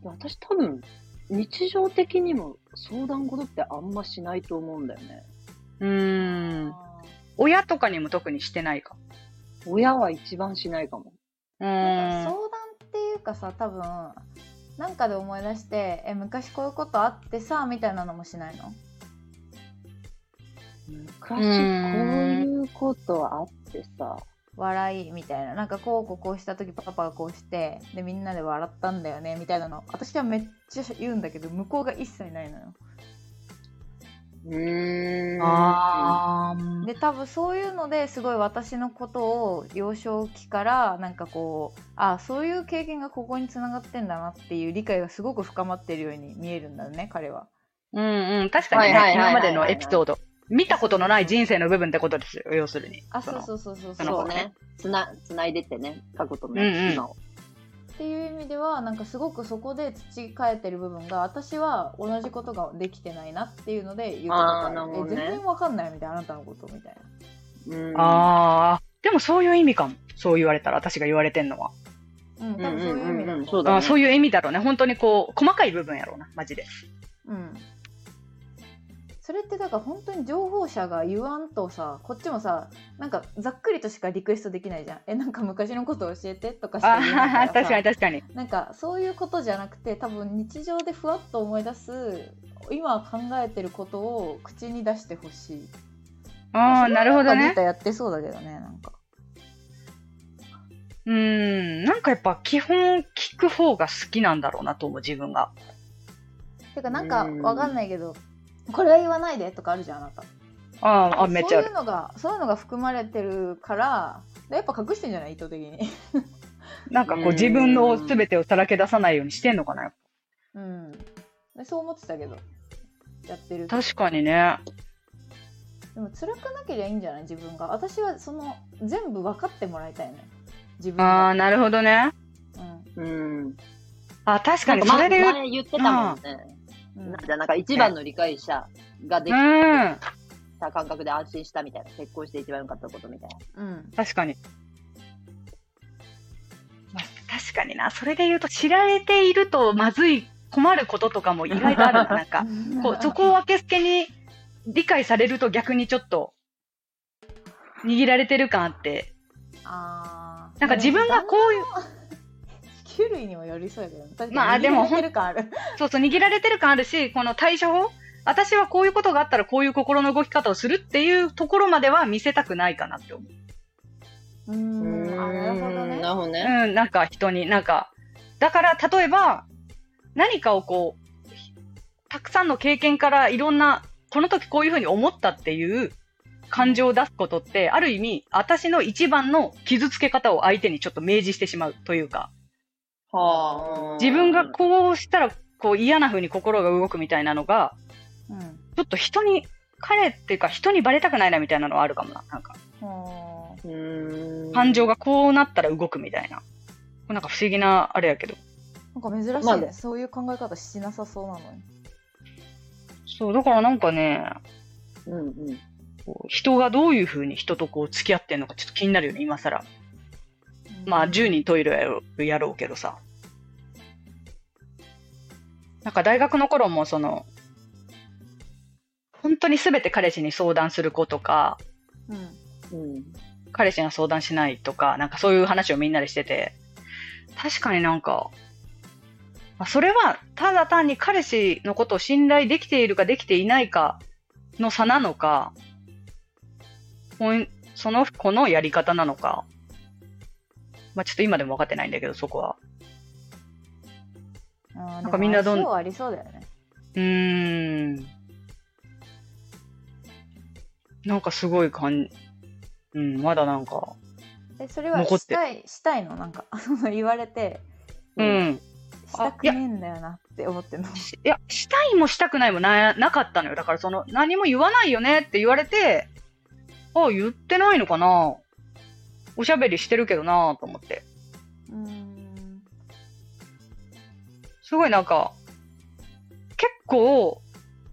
Speaker 3: 私多分、日常的にも相談事ってあんましないと思うんだよね。
Speaker 1: うーん。
Speaker 2: あー
Speaker 1: 親とかにも特にしてないか。
Speaker 3: 親は一番しないかも。
Speaker 1: う
Speaker 2: なんか
Speaker 1: ーん。
Speaker 2: 相談っていうかさ多分なんかで思い出してえ昔こういうことあってさみたいなのもしないの
Speaker 3: 昔、こういうことあってさ、
Speaker 2: 笑いみたいななんかこうこうこうした時パパがこうしてでみんなで笑ったんだよねみたいなの私はめっちゃ言うんだけど向こうが一切ないのよ
Speaker 3: うーん。
Speaker 1: あー
Speaker 2: で多分そういうのですごい私のことを幼少期からなんかこうあそういう経験がここにつながってんだなっていう理解がすごく深まってるように見えるんだよね彼は。
Speaker 1: うんうん、確かに
Speaker 3: はい
Speaker 1: ね、今
Speaker 3: はいはいはい
Speaker 1: までのエピソード。見たことのない人生の部分ってことですよ、要するに。
Speaker 2: あそう
Speaker 1: の
Speaker 2: そうそうそう
Speaker 1: その
Speaker 2: そ
Speaker 3: そううね。つな、つないでってね、過去と
Speaker 1: うんうん
Speaker 3: ね、今を。
Speaker 2: っていう意味ではなんかすごくそこで培えてる部分が私は同じことができてないなっていうので言うことが
Speaker 3: あーなるほ
Speaker 2: え
Speaker 3: どね
Speaker 2: 全然わかんないみたいなあなたのことみたいな
Speaker 3: うん
Speaker 1: ああ、でもそういう意味かも。そう言われたら、私が言われてんのは。
Speaker 2: うん
Speaker 3: うん
Speaker 2: 多分そういう意味だ
Speaker 3: うんうんうん
Speaker 2: と
Speaker 3: そう
Speaker 2: 思
Speaker 3: だね
Speaker 1: あそういう意味だろうね。本当にこう、細かい部分やろうな、マジで。
Speaker 2: ううんそれってだから本当に情報者が言わんとさこっちもさなんかざっくりとしかリクエストできないじゃんえなんか昔のこと教えてとかしか
Speaker 1: あ
Speaker 2: 言えないから
Speaker 1: あ、<laughs>
Speaker 2: さ
Speaker 1: 確かに確かに。
Speaker 2: なんかそういうことじゃなくて多分日常でふわっと思い出す今考えてることを口に出してほしい
Speaker 1: ああ、なるほど
Speaker 2: なん
Speaker 1: ね
Speaker 2: か。やってそうだけどね、なんか。
Speaker 1: うーん、なんかやっぱ基本聞く方が好きなんだろうなと思う、自分が。
Speaker 2: てか、なんか
Speaker 3: うん
Speaker 2: わかんないけど、これは言わないでとかあるじゃん、あなた。
Speaker 1: ああ、あめっちゃあ
Speaker 2: そうい
Speaker 1: る。
Speaker 2: うのが、そういうのが含まれてるから、でやっぱ隠してんじゃない意図的に。 <laughs>
Speaker 1: なんかこう、自分の全てをさらけ出さないようにしてんのかな。
Speaker 2: うん。でそう思ってたけど、やってる。
Speaker 1: 確かにね。
Speaker 2: でも辛くなければいいんじゃない自分が。私はその、全部分かってもらいたいね。自分
Speaker 1: あ
Speaker 2: が。
Speaker 1: あ、なるほどね。
Speaker 2: うん
Speaker 3: うん。
Speaker 1: あ確か
Speaker 3: なん
Speaker 1: に、
Speaker 3: か
Speaker 1: そ
Speaker 3: 前
Speaker 1: れで言う。
Speaker 3: 前言ってたもんね。
Speaker 2: うん
Speaker 3: なんかなんか一番の理解者がで
Speaker 1: う
Speaker 3: き
Speaker 1: ん、
Speaker 3: た感覚で安心したみたいな。結婚して一番良かったことみたいな。
Speaker 2: うん。
Speaker 1: 確かに。まあ、確かにな。それで言うと、知られているとまずい、困ることとかも意外とあるな。なんか、 <laughs> こう、そこを明けすけに理解されると逆にちょっと、握られてる感あって、
Speaker 2: <laughs> あー
Speaker 1: なんか自分がこういう、
Speaker 2: 地球類にも寄り添えるよね。確かに
Speaker 1: まあでも
Speaker 2: 逃げられてる感ある。
Speaker 1: そうそう、握られてる感あるし、この対処法私はこういうことがあったらこういう心の動き方をするっていうところまでは見せたくないかなって思う。
Speaker 2: うーん、あ、なるほどね。
Speaker 3: なるほどね。
Speaker 1: うん、なんか人に、なんか、だから例えば、何かをこう、たくさんの経験からいろんな、この時こういうふうに思ったっていう感情を出すことって、ある意味、私の一番の傷つけ方を相手にちょっと明示してしまうというか、
Speaker 3: はあ。
Speaker 1: 自分がこうしたら、こう嫌な風に心が動くみたいなのが、
Speaker 2: うん。
Speaker 1: ちょっと人に、彼っていうか人にバレたくないなみたいなのはあるかもな。なんか、
Speaker 2: ほ
Speaker 3: うーん。
Speaker 1: 感情がこうなったら動くみたいな。なんか不思議な、あれやけど。
Speaker 2: ーなんか珍しい
Speaker 3: ま
Speaker 2: ね、
Speaker 3: あね
Speaker 2: そういう考え方しなさそうなのに。
Speaker 1: そう、だからなんかね、
Speaker 3: うんうん。
Speaker 1: こう人がどういうふうに人とこう付き合ってんのかちょっと気になるよね、今更。まあ、
Speaker 2: うん
Speaker 1: 10人トイレやろうやろうけどさ。なんか大学の頃もその、本当に全て彼氏に相談する子とか、
Speaker 2: うん
Speaker 3: うん。
Speaker 1: 彼氏には相談しないとか、なんかそういう話をみんなでしてて、確かになんか、まあそれはただ単に彼氏のことを信頼できているかできていないかの差なのか、こんその子のやり方なのか、まあ、ちょっと今でも分かってないんだけど、そこは。
Speaker 2: なん
Speaker 1: かみんなどん
Speaker 2: そうありそうだよね。
Speaker 1: うーん。なんかすごい感じ。うん、まだなんか。
Speaker 2: え、それは
Speaker 1: 残っ
Speaker 2: してたい、したいのなんか、 <laughs> その言われて、
Speaker 1: う
Speaker 2: うん
Speaker 1: ん。
Speaker 2: したくねえんだよなって思ってんの。
Speaker 1: しいや、したいもしたくないもななかったのよ。だからその、何も言わないよねって言われて、あ、言ってないのかなおしゃべりしてるけどなと思って。
Speaker 2: <laughs> うーん。
Speaker 1: すごいなんか、結構、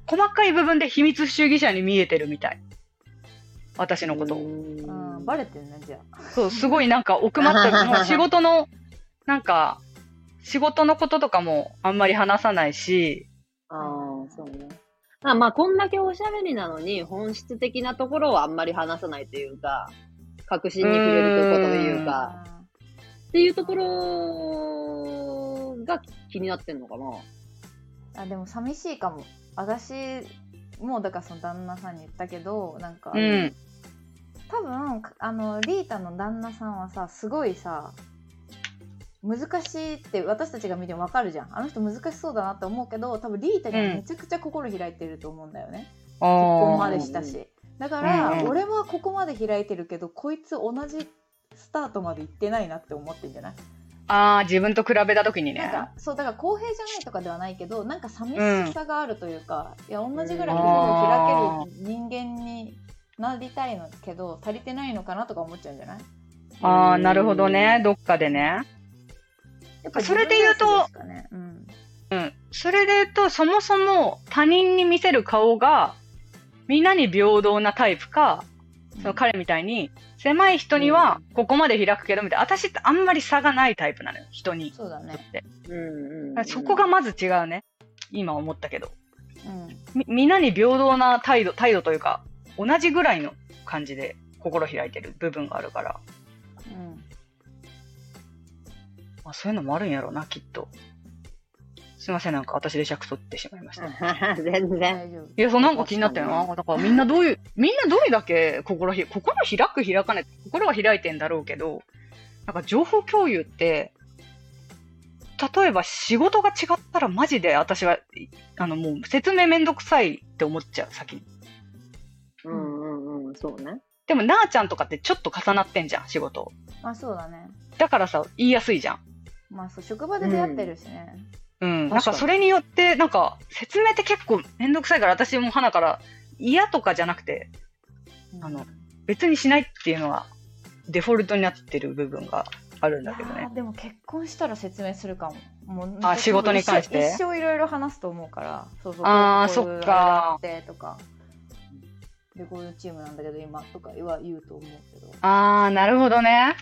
Speaker 1: 細かい部分で秘密主義者に見えてるみたい。私のことを。
Speaker 2: あーバレてんな、じゃあ。
Speaker 1: そう、すごいなんか奥まった、
Speaker 2: <laughs>
Speaker 1: もう仕事の、なんか、仕事のこととかもあんまり話さないし、
Speaker 3: ああ、そうね。あまあ、こんだけおしゃべりなのに、本質的なところはあんまり話さないというか、確信に触れるということというか、
Speaker 2: あ
Speaker 3: っていうところが気になってんのかな。
Speaker 2: ーあ、でも寂しいかも。私、もうだからその旦那さんに言ったけど、なんか、
Speaker 1: うん。
Speaker 2: 多分かあのリータの旦那さんはさすごいさ難しいって私たちが見ても分かるじゃんあの人難しそうだなって思うけど多分リータには
Speaker 1: うん
Speaker 2: めちゃくちゃ心開いてると思うんだよね、
Speaker 1: あ
Speaker 2: 結婚
Speaker 1: ー
Speaker 2: までしたしだから、
Speaker 1: うんうん
Speaker 2: 俺はここまで開いてるけどこいつ同じスタートまで行ってないなって思ってんじゃない、
Speaker 1: あー、自分と比べたときに
Speaker 2: なん
Speaker 1: ね。
Speaker 2: かそうだから公平じゃないとかではないけどなんか寂しさがあるというか、いや同じぐらい心を開ける人間になりたいのけど足りてないのかなとか思っちゃうんじゃない
Speaker 1: ああ、なるほどね。どっかでね。
Speaker 2: やっ
Speaker 1: ぱそれで言うと
Speaker 2: 自分のやつですかねうん、
Speaker 1: それで言うと、そもそも他人に見せる顔が、みんなに平等なタイプか、その彼みたいに、狭い人にはここまで開くけど、みたいな。私ってあんまり差がないタイプなのよ、人に。
Speaker 2: そうだね、
Speaker 3: うんうん、
Speaker 1: だからそこがまず違うね。今思ったけど。
Speaker 2: うん、
Speaker 1: み、みんなに平等な態度、態度というか、同じぐらいの感じで心開いてる部分があるから、まあ、そういうのもあるんやろうな、きっと。すいません、なんか私で尺取ってしまいました。
Speaker 3: <laughs> 全然。
Speaker 2: 大丈夫
Speaker 1: いや、そうなんか気になったよな。だからみんなどういう、みんなどういうだけ心ひ、心開く開かない、心は開いてんだろうけど、なんか情報共有って、例えば仕事が違ったらマジで私は、いあのもう説明めんどくさいって思っちゃう、先に。
Speaker 3: うんうんうん、そうね。
Speaker 1: でもなあちゃんとかってちょっと重なってんじゃん、仕事。
Speaker 2: まあそうだね
Speaker 1: だからさ、言いやすいじゃん。
Speaker 2: まあそう職場で出会ってるしね、
Speaker 1: うん。
Speaker 3: 確かに
Speaker 1: なんかそれによって、なんか説明って結構めんどくさいから、私も花から嫌とかじゃなくて、
Speaker 2: うん
Speaker 1: あの別にしないっていうのはデフォルトになってる部分があるん
Speaker 2: い
Speaker 1: だけど
Speaker 2: や
Speaker 1: ね
Speaker 2: ー。でも結婚したら説明するかももう
Speaker 1: あ仕事に関して
Speaker 2: 一生一生いろいろ話すと思うからそうそう
Speaker 1: あー
Speaker 2: こうい
Speaker 1: そっか
Speaker 2: うこういうあれがあってとかでこういうチームなんだけど今とかは言うと思うけど
Speaker 1: あー、なるほどね。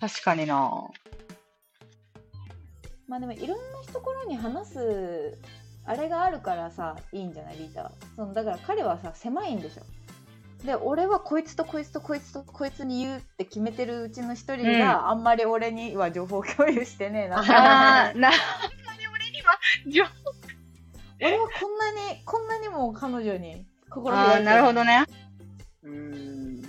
Speaker 1: 確かにな。
Speaker 2: まあでもいろんなところに話すあれがあるからさいいんじゃないリータはそのだから彼はさ狭いんでしょで俺はこいつとこいつとこいつとこいつに言うって決めてるうちの一人が、あんまり俺には情報共有してねえなって
Speaker 1: あー、な、俺には、
Speaker 2: <laughs> 俺はこんなにこんなにも彼女に心開い
Speaker 1: あ
Speaker 2: て
Speaker 1: ー、なるほどね。
Speaker 3: うん。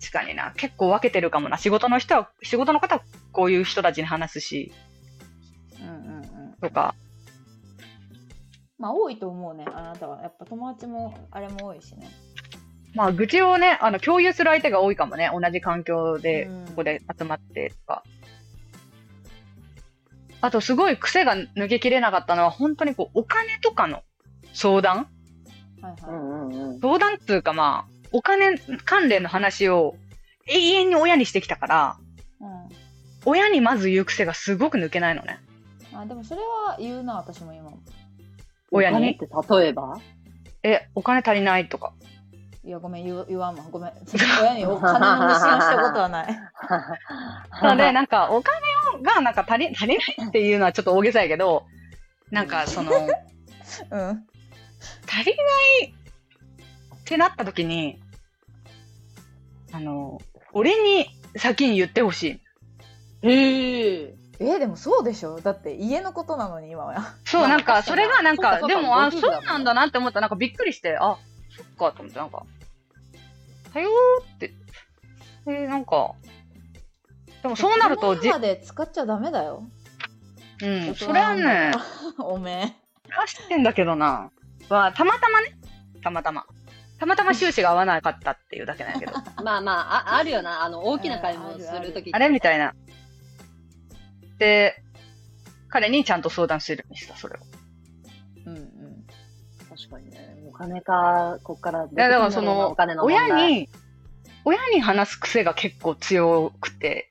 Speaker 1: 確かにな。結構分けてるかもな。仕事の人は、仕事の方はこういう人たちに話すし、
Speaker 2: うんうんうん
Speaker 1: とか。
Speaker 2: まあ多いと思うねあなたはやっぱ友達もあれも多いしね
Speaker 1: まあ、愚痴をね、あの、共有する相手が多いかもね。同じ環境で
Speaker 2: うん、
Speaker 1: ここで集まってとか。あと、すごい癖が抜けきれなかったのは、本当にこう、お金とかの相談
Speaker 2: はいは
Speaker 3: う
Speaker 2: い、
Speaker 3: んうんうん。
Speaker 1: 相談っていうかまあ、お金関連の話を永遠に親にしてきたから、
Speaker 2: うん
Speaker 1: 親にまず言う癖がすごく抜けないのね。
Speaker 2: あでもそれは言うな私も今も
Speaker 1: 親
Speaker 3: お金っ
Speaker 1: に。
Speaker 3: て例
Speaker 1: <laughs>
Speaker 3: えば
Speaker 1: え、お金足りないとか。
Speaker 2: いや、ごめん、言わ言わんわ。 <laughs> ごめん。親にお金の無心をしたことは <laughs> ない。
Speaker 1: なので、なんか、お金をがなんか足り足りないっていうのはちょっと大げさやけど、なんかその、
Speaker 2: うん。
Speaker 1: 足りないってなった時に、あの、俺に先に言ってほしい。
Speaker 3: <laughs> へえ。
Speaker 2: えーでもそうでしょだって家のことなのに、今 <laughs> は。
Speaker 1: そう、なんか、それがなん
Speaker 3: そうか
Speaker 1: か
Speaker 3: そ、うか
Speaker 1: でも、あ、
Speaker 3: ご夫
Speaker 1: そ
Speaker 3: 婦だ
Speaker 1: うな
Speaker 3: もん
Speaker 1: んだなって思った。なんかびっくりして、あ、そっか、と思って、なんか、はよーって。えーなんか、でもそうなると
Speaker 2: じ
Speaker 1: じ、
Speaker 2: まで使っちゃダメだよ。
Speaker 1: うん、それはね、
Speaker 2: <laughs> おめ
Speaker 1: は知ってんだけどな。は、たまたまね。たまたま。たまたま収支が合わなかったっていうだけなんや
Speaker 3: <laughs>
Speaker 1: けど。
Speaker 3: まあまあ、ああるよな。あの、大きな買い物するとき
Speaker 1: あれみたいな。で、彼にちゃんと相談するようにした、それを。
Speaker 2: え。うんうん。
Speaker 3: 確かにね。お金か、こっから。い
Speaker 1: いや、だからその
Speaker 3: お金、の問題
Speaker 1: 親、に、親に話す癖が結構強くて、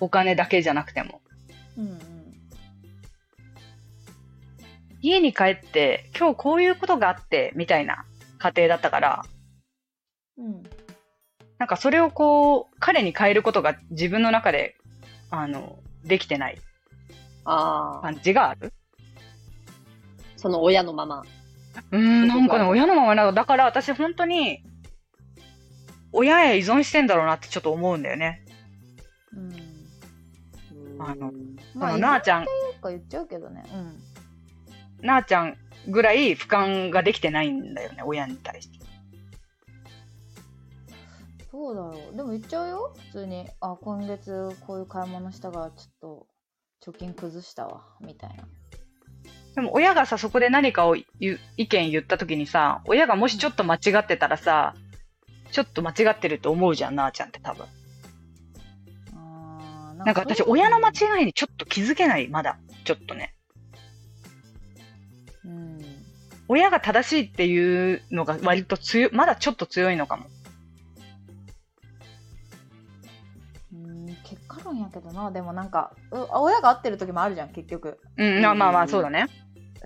Speaker 1: お金だけじゃなくても。
Speaker 2: うんうん。
Speaker 1: 家に帰って、今日こういうことがあって、みたいな家庭だったから、
Speaker 2: うん。
Speaker 1: なんかそれをこう、彼に変えることが自分の中で、あの、できてない
Speaker 3: ああ、
Speaker 1: 感じがある。
Speaker 3: その親のまま。
Speaker 1: うーん、なんかね、親のままなの。だから私本当に、親へ依存してんだろうなってちょっと思うんだよね。
Speaker 2: うん。
Speaker 1: あの
Speaker 3: うん
Speaker 1: そのなあちゃん、
Speaker 2: とか言っちゃうけどね。うん。
Speaker 1: なあちゃんぐらい俯瞰ができてないんだよね、親に対して。
Speaker 2: どうだろう。でも言っちゃうよ。普通に。あ、今月こういう買い物したが、ちょっと貯金崩したわ。みたいな。
Speaker 1: でも親がさ、そこで何かを言う意見言った時にさ、親がもしちょっと間違ってたらさ、ちょっと間違ってると思うじゃん、なあちゃんって多分。
Speaker 2: あー
Speaker 1: なんか私、親の間。違いにちょっと気づけない、まだ。ちょっとね。
Speaker 2: そういうのうん。
Speaker 1: 親が正しいっていうのが割と強い、まだちょっと強いのかも。
Speaker 2: うん、結果論やけどな。でもなんか、うあ親が合ってる時もあるじゃん、結局。
Speaker 1: うん、まあまあまあ、そうだね。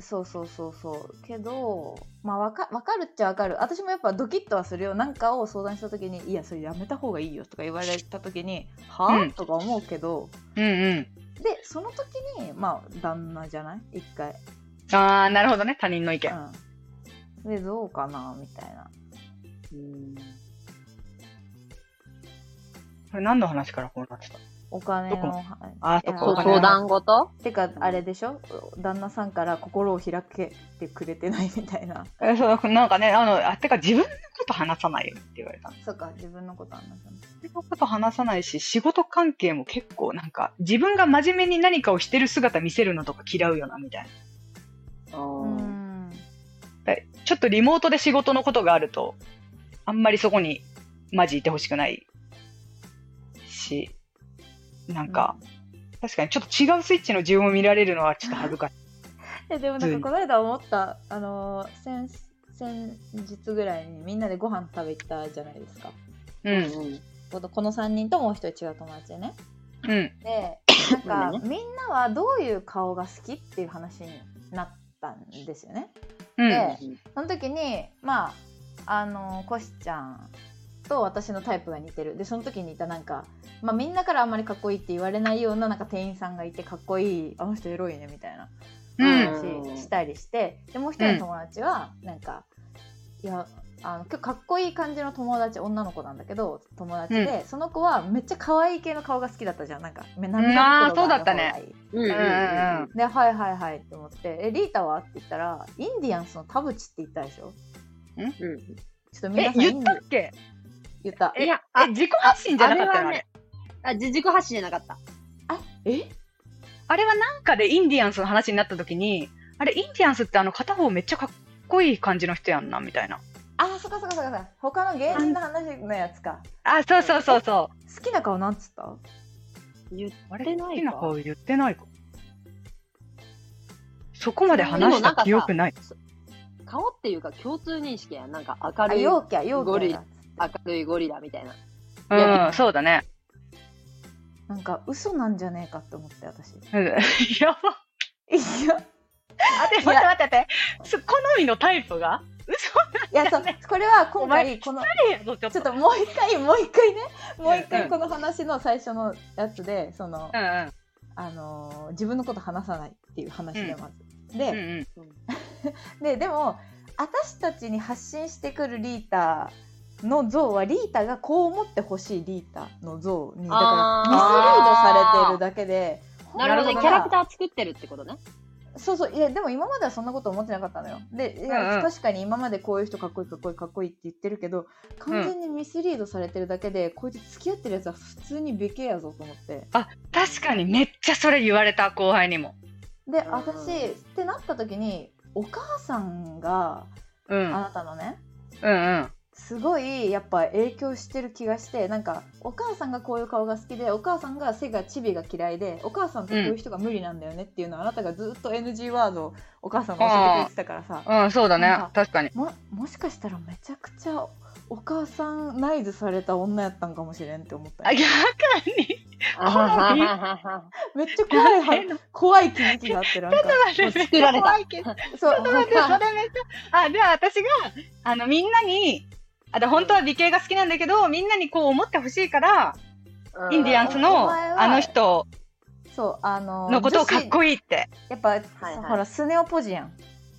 Speaker 2: そうそうそうそうけどまあわかわかるっちゃわかる私もやっぱドキッとはするよなんかを相談した時に「いやそれやめた方がいいよ」とか言われた時に「はあ
Speaker 1: うん
Speaker 2: とか思うけど
Speaker 1: うんうん。
Speaker 2: でその時にまあ旦那じゃない一回、
Speaker 1: ああ、なるほどね。他人の意見。
Speaker 2: うん、でどうかなみたいな
Speaker 3: うん
Speaker 1: これ何の話からこうなってた
Speaker 2: お金
Speaker 1: どこ
Speaker 2: の
Speaker 1: あー
Speaker 2: いや
Speaker 1: そっか
Speaker 3: そ
Speaker 1: お金
Speaker 3: う相談事
Speaker 2: てかあれでしょ旦那さんから心を開けてくれてないみたいな
Speaker 1: えそう、なんかね、あの、あ、てか自分のこと話さないよって言われたの。
Speaker 2: そうか自分のことはなさない
Speaker 1: 自分のこと話さないし、仕事関係も結構なんか、自分が真面目に何かをしてる姿見せるのとか嫌うよな、みたいな。
Speaker 3: う
Speaker 2: うんん
Speaker 1: ちょっとリモートで仕事のことがあると、あんまりそこにマジいてほしくないし、なんか、確かにちょっと違うスイッチの自分を見られるのはちょっと恥ずかしい。
Speaker 2: えでもなんかこの間思った、あのー先先日ぐらいにみんなでご飯食べ行ったじゃないですか
Speaker 1: う
Speaker 3: うん
Speaker 1: ん、
Speaker 2: このこの3人ともう一人違う友達でね
Speaker 1: うん、
Speaker 2: でなんか、みんなはどういう顔が好きっていう話になったんですよね
Speaker 1: うん、
Speaker 2: でその時にまああのーコシちゃんと私のタイプが似てるでその時にいたなんか、まあ、みんなからあんまりかっこいいって言われないようななんか店員さんがいてかっこいいあの人エロいねみたいな
Speaker 1: うん、
Speaker 2: 話したりして、でもう一人の友達はなんか、いやあの結構かっこいい感じの友達女の子なんだけど友達で、その子はめっちゃ可愛い系の顔が好きだったじゃんなんか目
Speaker 1: うんあーそうだったね。
Speaker 2: 涙袋がある方がいい
Speaker 3: うんうんうん
Speaker 2: ではいはいはいって思って「えリータは?」って言ったら「インディアンスの田淵」って言ったでしょ
Speaker 3: うん
Speaker 2: ちょっと
Speaker 1: え
Speaker 2: 皆、さんイ
Speaker 1: 言
Speaker 2: ン
Speaker 1: っ
Speaker 2: デ
Speaker 1: た
Speaker 2: ィ
Speaker 1: っけ
Speaker 2: 言った
Speaker 1: え、
Speaker 3: い
Speaker 1: い
Speaker 3: や
Speaker 1: や、
Speaker 3: あ
Speaker 1: え、自己発信じゃなかったのあれ
Speaker 3: あれはねあ、自軸発信じゃなかった。
Speaker 2: え
Speaker 1: あれはなんかでインディアンスの話になった時に、あれ、インディアンスってあの片方めっちゃかっこいい感じの人やんな、みたいな。
Speaker 2: あそっかそっかそっか他の芸人の話のやつか
Speaker 1: あ、そうそうそうそ
Speaker 2: 好きな顔なんつった
Speaker 3: 言っ
Speaker 1: う。あれ、
Speaker 3: てな
Speaker 1: 好き
Speaker 3: い
Speaker 1: な
Speaker 3: か。
Speaker 1: 顔言ってないか。そこまで話した記憶ない。
Speaker 3: 顔っていうか共通認識やん。なんか明
Speaker 2: あ
Speaker 3: るい、
Speaker 2: 陽
Speaker 3: 明
Speaker 2: キャ陽キ
Speaker 3: ゴ
Speaker 2: ャ
Speaker 3: リ
Speaker 2: だ
Speaker 3: ラるいゴリラみたいな。
Speaker 1: う
Speaker 3: いや
Speaker 1: ん、そうだね。
Speaker 2: なんか嘘なんじゃねえかって思って私
Speaker 1: うん <laughs> やば。
Speaker 2: いや
Speaker 1: あれ、待って待って待って。そ好みのタイプが嘘
Speaker 2: いや、そう、これは今
Speaker 1: お
Speaker 2: 回、
Speaker 1: 前
Speaker 2: この、
Speaker 1: 誰やぞ、ちょっ
Speaker 2: ちょっ
Speaker 1: と。
Speaker 2: ともう一回、もう一回ね、もう一
Speaker 1: う
Speaker 2: 回
Speaker 1: ん
Speaker 2: この話の最初のやつで、その
Speaker 1: う、んうん
Speaker 2: あのー、自分のこと話さないっていう話で
Speaker 1: う
Speaker 2: まず。
Speaker 1: うん
Speaker 2: で、
Speaker 1: うん。
Speaker 2: で、でも、私たちに発信してくるリータの像は、リータがこう思ってほしいリータの像に、だから、ミスリードされてるだけで、
Speaker 3: なるほど
Speaker 2: 本
Speaker 3: ね。
Speaker 2: 当
Speaker 3: キ
Speaker 2: は
Speaker 3: ャラクター作ってるってことね。
Speaker 2: そうそういやでも今まではそんなこと思ってなかったのよでい
Speaker 1: うん
Speaker 2: や、
Speaker 1: うん
Speaker 2: 確かに今までこういう人かっこいいかっこいいかっこいいって言ってるけど完全にミスリードされてるだけで、こいつ付き合ってるやつは普通にべけえやぞと思って
Speaker 1: 確かにめっちゃそれ言われた後輩にも。
Speaker 2: で
Speaker 3: うん
Speaker 2: 私ってなった時にお母さんが
Speaker 1: うん。う
Speaker 2: あ
Speaker 1: ん
Speaker 2: なたのね
Speaker 1: うん。
Speaker 2: すごいやっぱ影響してる気がしてなんかお母さんがこういう顔が好きでお母さんが背がチビが嫌いでお母さんとこういう人が無理なんだよねっていうのを、あなたがずっと NG ワードをお母さんが教えてくれてたからさ
Speaker 1: うん、そうだね
Speaker 2: なんか。
Speaker 1: 確かに。
Speaker 2: ももしかしたらめちゃくちゃお母さんナイズされた女やったんかもしれんって思った
Speaker 1: あ、
Speaker 2: よ
Speaker 1: 逆に。
Speaker 3: あ
Speaker 1: ビ
Speaker 3: あ
Speaker 2: めっちゃ怖いは
Speaker 1: なんで
Speaker 2: 怖い気づきがあってなんか
Speaker 1: ちょっと待って
Speaker 3: 作られた
Speaker 1: 怖いけど
Speaker 2: そう
Speaker 1: ちょっと待って、それめっちゃ。あ、じゃあ私が、あの、みんなに、あ、だ本当は美形が好きなんだけど、みんなにこう思ってほしいから、インディアンス
Speaker 2: お
Speaker 1: の
Speaker 2: 前は
Speaker 1: あの人
Speaker 2: <laughs> そうあの
Speaker 1: のことをかっこ
Speaker 2: いい
Speaker 1: いいって。
Speaker 2: やっぱ、
Speaker 3: はい
Speaker 2: ほらスネオポジやん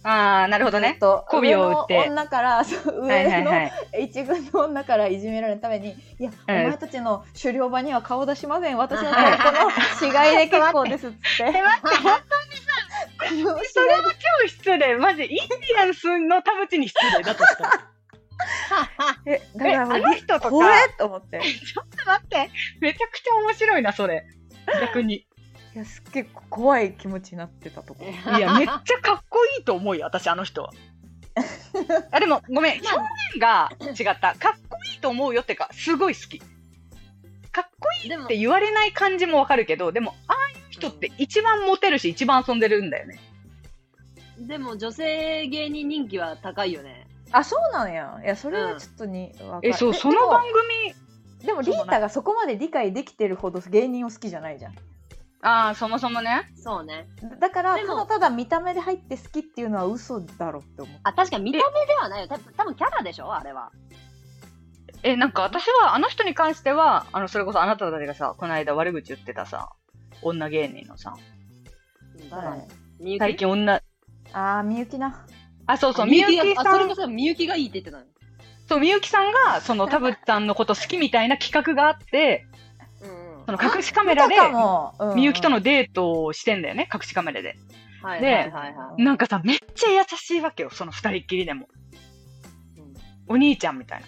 Speaker 1: ああ、なるほど
Speaker 2: ずっ
Speaker 1: ね。
Speaker 2: と
Speaker 1: 媚びを売って
Speaker 2: 上の女からそう上の、
Speaker 1: はいはいはい。
Speaker 2: 一軍の女からいじめられるために「いや、
Speaker 1: うん
Speaker 2: お前たちの狩猟場には顔出しません私のこの死骸で結構です」っつって
Speaker 1: え、待って、本
Speaker 2: この死
Speaker 1: 当に
Speaker 2: 骸
Speaker 1: 今日失礼。マジ、インディアンスの田淵に失礼だとしたら。
Speaker 2: <laughs> えだか
Speaker 1: え、
Speaker 2: ら
Speaker 1: あ
Speaker 2: もう
Speaker 1: の人とか。
Speaker 2: これと思って
Speaker 1: ちょっと待って、めちゃくちゃ面白いな、それ。逆に。
Speaker 2: いやすっげえ怖い気持ちになってたとこ
Speaker 1: いや、めっちゃかっこいいと思うよ、私、あの人は。あでも、ごめん、表現が違った。かっこいいと思うよってか、すごい好き。かっこ
Speaker 3: でも
Speaker 1: いいって言われない感じもわかるけど、でも、ああいう人って一番モテるし、一番遊んでるんだよね。
Speaker 3: でも女性芸人人気は高いよね。
Speaker 2: あそうなんやいやそれはちょっとに、わかる
Speaker 1: え、そう、
Speaker 2: で
Speaker 1: その番組、
Speaker 2: でもでもリータがそこまで理解できてるほど芸人を好きじゃないじゃん
Speaker 1: ああ、そもそもね。
Speaker 3: そうね。
Speaker 2: だから
Speaker 3: で
Speaker 2: た
Speaker 3: も
Speaker 2: だただ見た目で入って好きっていうのは嘘だろって思って
Speaker 3: あ、確かに見た目ではないよ。た多分キャラでしょあれは。
Speaker 1: え、なんか私は、あの人に関しては、あの、それこそあなたたちがさ、この間悪口言ってたさ、女芸人のさ、
Speaker 3: 誰
Speaker 2: はい
Speaker 3: みゆき
Speaker 1: 最近女、
Speaker 2: あーみゆきな
Speaker 1: あ、そうそう、
Speaker 3: あ
Speaker 1: みゆき
Speaker 3: が
Speaker 1: さ
Speaker 3: あ、それ
Speaker 1: ん
Speaker 3: こ、そみゆきがいいって言ってたの。
Speaker 1: そう、みゆきさんが、その、田淵さんのこと好きみたいな企画があって、
Speaker 3: うんうん
Speaker 1: その、隠しカメラで
Speaker 2: 見、たかもうん
Speaker 1: みゆきとのデートをしてんだよね、隠しカメラで。
Speaker 3: はい
Speaker 1: で
Speaker 3: はいはいは
Speaker 1: なんかさ、めっちゃ優しいわけよ、その二人っきりでも。
Speaker 3: い。うん
Speaker 1: お兄ちゃんみたいな。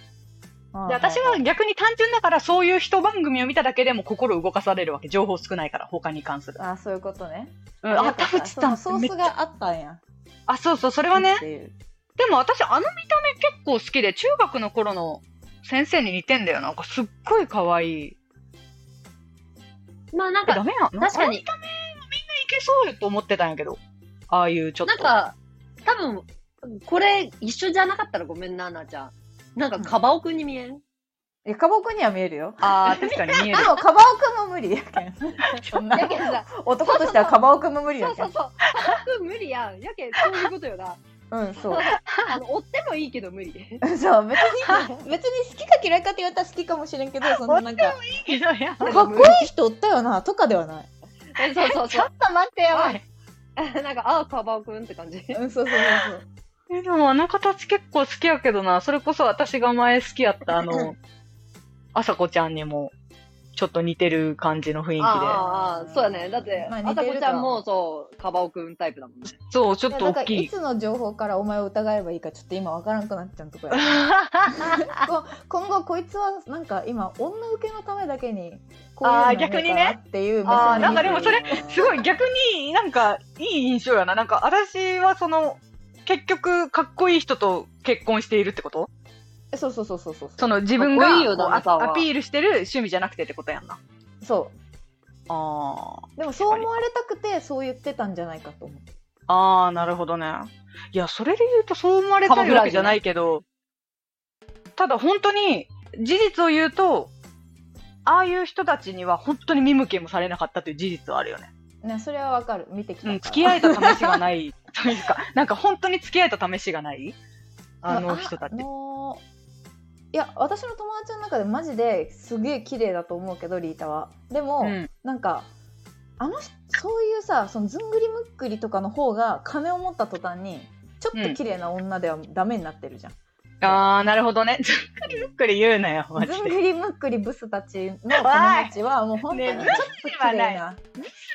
Speaker 2: うん
Speaker 1: で、私は逆に単純だから、そういう人番組を見ただけでも心動かされるわけ、情報少ないから、他に関する。
Speaker 2: あそういうことね。
Speaker 1: うん、あ、田淵さん
Speaker 2: その
Speaker 1: め
Speaker 2: ソ
Speaker 1: っ
Speaker 2: ー
Speaker 1: ち
Speaker 2: ス
Speaker 1: ゃ、
Speaker 2: があったんや。
Speaker 1: あ、そうそう、それはね
Speaker 2: っ、ていう
Speaker 1: でも私、あの見た目結構好きで、中学の頃の先生に似てんだよ、なんかすっごい可愛い。
Speaker 3: まあなん
Speaker 1: えダ
Speaker 3: か、
Speaker 1: メなの
Speaker 3: 確かに、
Speaker 1: いけそうよと思ってたんやけど。ああいうちょっ
Speaker 3: な
Speaker 1: と。
Speaker 3: んか、多分、これ一緒じゃなかったらごめんな、なあちゃん。なんか、カバオくんに見えん
Speaker 2: いや、カバオくんには見えるよ。
Speaker 1: ああ、確かに見え <laughs>
Speaker 2: で
Speaker 1: る。
Speaker 2: も、カバオくんも無理やけん。そんな
Speaker 3: <laughs> やけどさ、
Speaker 2: 男としてはカバオくんも無理
Speaker 3: そ
Speaker 2: や
Speaker 3: う
Speaker 2: け
Speaker 3: そ
Speaker 2: ん
Speaker 3: う。そう。カバオくん無理やん。やけん、そういうことよな。
Speaker 2: うん、そう。
Speaker 3: あの、追ってもいいけど無理。
Speaker 2: <laughs> そう、
Speaker 1: <laughs>
Speaker 2: 別に、別に好きか嫌いかって言われたら好きかもしれんけど、そのなんか、か
Speaker 1: いいけどやばい
Speaker 2: っこいい人おったよな、とかではない。
Speaker 3: えそう <laughs> そう
Speaker 1: ちょ
Speaker 3: そ
Speaker 1: っと待ってやばい。
Speaker 3: う。 <laughs> なんか、ああ、カバオくんって感じ。
Speaker 2: うん、そうそうそうそう。
Speaker 1: えでもあの形結構好きやけどな。それこそ私が前好きやったあ <laughs> の、あさこちゃんにもちょっと似てる感じの雰囲気
Speaker 3: ああああ、そうだね。だって、
Speaker 2: まあ
Speaker 3: あ
Speaker 2: 似
Speaker 3: さ
Speaker 2: てるとは
Speaker 3: こちゃんもそう、カバオくんタイプだもんね。
Speaker 1: で。そう、ちょっ
Speaker 2: いや
Speaker 1: と
Speaker 2: なんか、
Speaker 1: 大き
Speaker 2: い
Speaker 1: い。
Speaker 2: つの情報からお前を疑えばいいか、ちょっと今わからんくなっちゃうとこや。こ今後こいつはなんか今女受けのためだけにこういうの
Speaker 1: あー
Speaker 2: やんのか
Speaker 1: 逆に
Speaker 2: な
Speaker 1: ね
Speaker 2: っていう目線
Speaker 1: あー
Speaker 2: に
Speaker 1: なんかでもそれ
Speaker 2: な
Speaker 1: <laughs>
Speaker 2: ってる
Speaker 1: すごい逆になんかいい印象やな。なんか私はその、結局かっこいい人と結婚しているってこと
Speaker 2: そうそうそうそうそう
Speaker 1: その自分が
Speaker 3: かっこいい
Speaker 1: こ
Speaker 3: よ
Speaker 1: う
Speaker 3: 旦那さんは
Speaker 1: アピールしてる趣味じゃなくてってことやんな。
Speaker 2: そ
Speaker 1: ああ。
Speaker 2: うでもそう思われたくてそう言ってたんじゃないかと思う
Speaker 1: ああ、なるほどね。いや、それで言うとそう思われたいわけじゃないけど、ただ本当に事実を言うと、ああいう人たちには本当に見向きもされなかったという事実はあるよね。
Speaker 2: ねそれはわかる見てきたか
Speaker 1: う
Speaker 2: ら、
Speaker 1: ん、付き合えた試しがないというか、なんか本当に付き合えた試しがないあの人たち
Speaker 2: あ。のいや私の友達の中でマジですげえ綺麗だと思うけどリータはでも、
Speaker 1: うん、
Speaker 2: なんかあの人そういうさそのずんぐりむっくりとかの方が金を持った途端にちょっと綺麗な女ではダメになってるじゃん、
Speaker 1: ああ、なるほどね。ずっくりずっくり言うなよ、マジ
Speaker 2: ずん
Speaker 1: で。
Speaker 2: ぐりむっくりブスたちの金持ちはもう本当にちょっと綺麗な、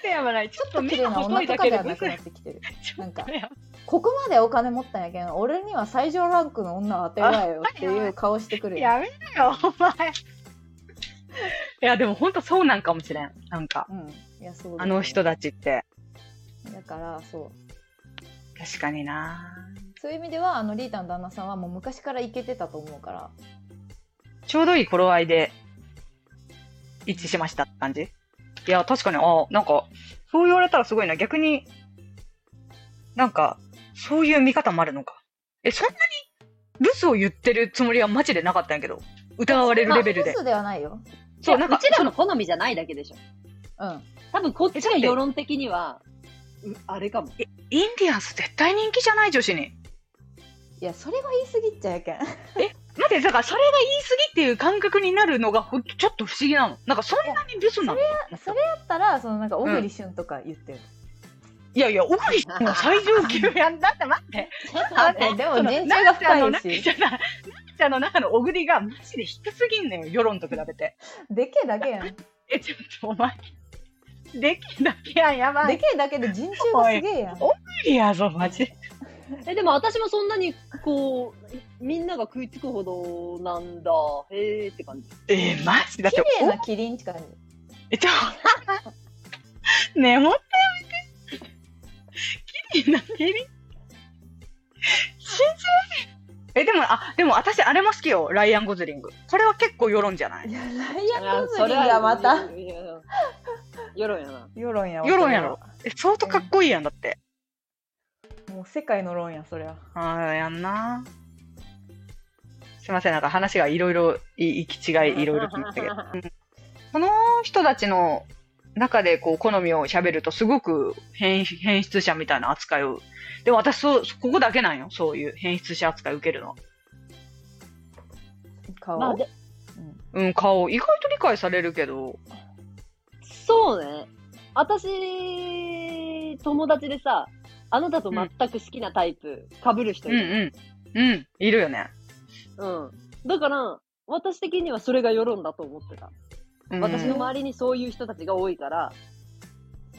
Speaker 1: でやばない。ちょっと
Speaker 2: 綺
Speaker 1: 目
Speaker 2: 麗
Speaker 1: が
Speaker 2: な女
Speaker 1: 細い
Speaker 2: と
Speaker 1: だ
Speaker 2: か
Speaker 1: け
Speaker 2: で
Speaker 1: で
Speaker 2: はなく
Speaker 1: 僕
Speaker 2: なっ
Speaker 1: ら、
Speaker 2: てきてる
Speaker 1: ち
Speaker 2: な
Speaker 1: ょ
Speaker 2: ん
Speaker 1: っ
Speaker 2: か
Speaker 1: とやばい
Speaker 2: ここまでお金持ったんやけん俺には最上ランクの女を当てらえよっていう顔してくる
Speaker 1: <laughs>
Speaker 2: よ、
Speaker 1: やめなよ、お前。いや、でも本当そうなんかもしれん。なんか、
Speaker 2: うん、いやそうだ
Speaker 1: あ
Speaker 2: よね
Speaker 1: の人たちって。
Speaker 2: だからそう
Speaker 1: 確かにな
Speaker 2: そういう意味ではあのリータの旦那さんはもう昔からイケてたと思うから
Speaker 1: ちょうどいい頃合いで一致しましたって感じいや、確かに、あなんか、そう言われたらすごいな。逆に、なんか、そういう見方もあるのか。え、そんなにブスを言ってるつもりはマジでなかったんやけど、疑われるレベルで
Speaker 2: まあ。嘘ではないよ
Speaker 1: そう、なん
Speaker 3: う
Speaker 1: か、
Speaker 3: ちら
Speaker 1: そ
Speaker 3: の
Speaker 1: の
Speaker 3: 好みじゃないだけでしょ。
Speaker 2: うん
Speaker 3: 多分こっち
Speaker 1: えだ
Speaker 3: が
Speaker 1: って
Speaker 3: 世論的には、うあれかも。
Speaker 1: インディアンス絶対人気じゃない女子に。
Speaker 2: いやそれは言い過ぎっちゃ
Speaker 1: <laughs>
Speaker 2: やけん
Speaker 1: 待って、だからそれが言い過ぎっていう感覚になるのがほんとちょっと不思議なの。なんかそんなにブスなの
Speaker 2: それやったらそのなんか小栗旬とか言ってよ、
Speaker 1: いやいや、オフリの最上級やん。だって待って。
Speaker 3: ちょっと
Speaker 1: あ
Speaker 3: 待っ
Speaker 2: え
Speaker 3: て
Speaker 2: でも
Speaker 1: その
Speaker 2: 人生
Speaker 1: な
Speaker 2: が深
Speaker 1: っちゃんの
Speaker 2: い
Speaker 1: 中
Speaker 2: し
Speaker 1: じゃないなっちゃんの中の小栗がマジで低すぎんのよ、世論と比べて。
Speaker 2: でけえだけやんで
Speaker 1: え、ちょっとお前、できんだけやん、やばい。
Speaker 2: けえだけで人中がすげえやん
Speaker 1: おいやぞ、マジで。
Speaker 3: え、でも私もそんなに、こう、みんなが食いつくほどなんだ。へーって感じ。
Speaker 1: えー、マジだっ
Speaker 2: 綺
Speaker 1: て、
Speaker 2: 麗
Speaker 1: お
Speaker 2: なキリンしかに
Speaker 1: え、ちょ、ねえ、もったいなく。きれいなキリン。信じられない。え、でも、あ、でも私、あれも好きよ、ライアン・ゴズリング。これは結構世論じゃない
Speaker 2: いやライアン・
Speaker 3: あ
Speaker 2: ゴズ
Speaker 3: そ
Speaker 2: リ
Speaker 3: れ
Speaker 2: ン
Speaker 3: は
Speaker 2: がまた。
Speaker 3: いやいや世論やな。
Speaker 2: 世論やわ
Speaker 1: 世論やろえ、相当かっこいいやんだって。
Speaker 2: それはもう世界の論やそりゃ
Speaker 1: ああ、やんな。すいません、なんか話がいろいろ、い行き違いいろいろとなったけど。うんこの人たちの中でこう好みを喋るとすごく変変質者みたいな扱いを。でも私そう、ここだけなんよ。そういう変質者扱い受けるの。
Speaker 2: 顔、
Speaker 3: <laughs> まあで、
Speaker 2: うん
Speaker 1: うん、顔、意外と理解されるけど。
Speaker 3: そうね。私、友達でさ、あなたと全く好きなタイプ、被る人
Speaker 1: う
Speaker 3: い
Speaker 1: んう
Speaker 3: る。
Speaker 1: ん。うん、いるよね。
Speaker 3: うん。だから、私的にはそれが世論だと思ってた。
Speaker 1: うん
Speaker 3: 私の周りにそういう人たちが多いから、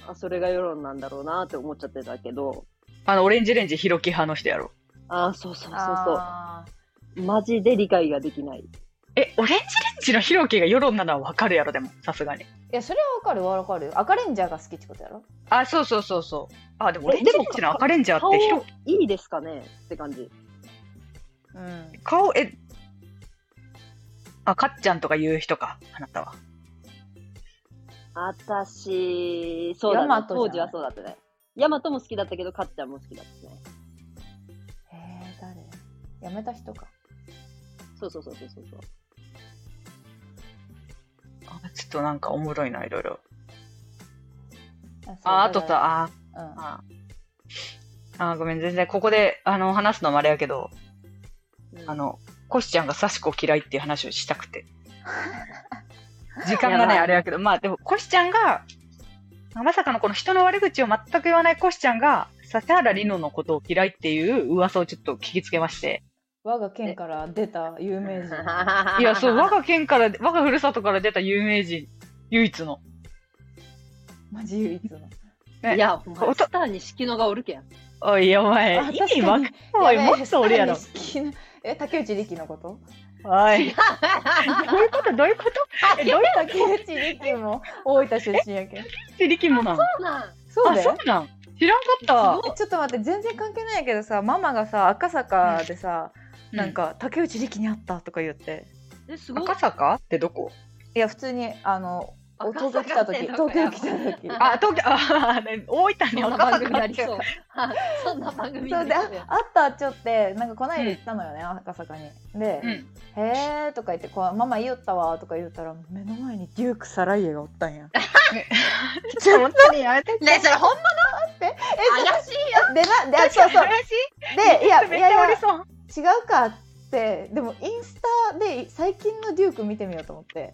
Speaker 3: あ、それが世論なんだろうなって思っちゃってたけど、
Speaker 1: あの、オレンジレンジ、ひろき派の人やろ。
Speaker 3: あ、そうそうそう
Speaker 2: あ
Speaker 3: そう。マジで理解ができない。
Speaker 1: え、オレンジレンジのひろきが世論なのはわかるやろ、でも、さすがに。
Speaker 2: ーいやそれはわかるわわかるよ赤レンジャーが好きってことやろ
Speaker 1: あ、そうそうそうそう。あ、でもオ
Speaker 3: え
Speaker 1: レンジレンジの赤レンジャーっ
Speaker 3: 顔、
Speaker 1: て
Speaker 3: い
Speaker 1: ひろ
Speaker 3: いですかねって感じ。
Speaker 2: うん
Speaker 1: 顔、え、あ、かっちゃんとか言う人か、あなたは。
Speaker 3: 私、そう
Speaker 2: ヤ
Speaker 3: だ
Speaker 2: マ
Speaker 3: ね。
Speaker 2: トじゃない
Speaker 3: 当時はそうだったね。ヤマトも好きだったけど、かっちゃんも好きだったね。
Speaker 2: えー、誰やめた人か
Speaker 3: そうそうそうそうそうそう。
Speaker 1: あちょっとなんかおもろいな、いろいろ。
Speaker 2: あそう
Speaker 1: あ、あ
Speaker 2: だ
Speaker 1: と
Speaker 2: から
Speaker 1: さ、
Speaker 2: うん
Speaker 1: あ、あ、あごめん、全然ここで、あの、話すのもあれやけど、
Speaker 3: うん
Speaker 1: あの、コシちゃんがサシコ嫌いっていう話をしたくて。時間がね、
Speaker 3: やばい
Speaker 1: あれやけど、まあでも、コシちゃんが、まさかのこの人の悪口を全く言わないコシちゃんが、指原莉乃のことを嫌いっていう噂をちょっと聞きつけまして。
Speaker 2: 我が県から出た有名 <laughs> 人
Speaker 1: いや、そう、我が県から、我がふるさとから出た有名人、唯一の。
Speaker 2: マジ唯一の
Speaker 1: ね
Speaker 3: いや、お前スターに四季のがおるけん。
Speaker 1: おい、お前
Speaker 2: あ、
Speaker 1: 意味わかんない。
Speaker 2: やべえ
Speaker 1: もっと俺やろ。
Speaker 2: スターに好きなえ竹内力のこと
Speaker 1: おい。どういうことどういうことえ、どういうこ
Speaker 2: 竹内力も大分出身やけん
Speaker 1: と力もなん。あ、
Speaker 2: そうだ
Speaker 1: そ
Speaker 2: よ
Speaker 1: うなん。知らんかっ
Speaker 2: えちょっと待って全然関係ないやけどさママがさ赤坂でさ、
Speaker 1: うん
Speaker 2: なんか竹内力に会ったとか言って
Speaker 3: え、す
Speaker 1: た。
Speaker 3: ごい
Speaker 1: 赤。坂ってどこ
Speaker 2: いや普通にあのお
Speaker 3: 赤
Speaker 2: 東京来た
Speaker 3: 坂
Speaker 2: 時
Speaker 3: ってどこ
Speaker 2: 東京来た時
Speaker 1: あ、東京、 <laughs> あ、ね大分に
Speaker 3: そんな
Speaker 1: 赤
Speaker 3: 番
Speaker 1: 坂
Speaker 3: 組
Speaker 1: が
Speaker 3: あ
Speaker 1: あ
Speaker 3: り
Speaker 1: る <laughs>
Speaker 3: そう。そんな番組あ
Speaker 2: そう
Speaker 3: り
Speaker 2: であ
Speaker 3: そう
Speaker 2: 会ったっちょってなんかこないで行ったのよね、赤坂に。で「
Speaker 1: うん。
Speaker 2: へーとか言ってこう「ママ言おったわ」とか言ったら目の前にデューク・サライエがおったんや。
Speaker 1: ちょ、本当にやめて。
Speaker 7: ねそれほんま
Speaker 2: え
Speaker 7: 怪しいよ。
Speaker 2: でな <laughs> であそうそう
Speaker 1: 怪しい。
Speaker 2: でいやい
Speaker 1: めっち
Speaker 2: やい
Speaker 1: ゃ
Speaker 2: や
Speaker 1: 悪そう。
Speaker 2: 違うかってでもインスタで最近のデューク見てみようと思って。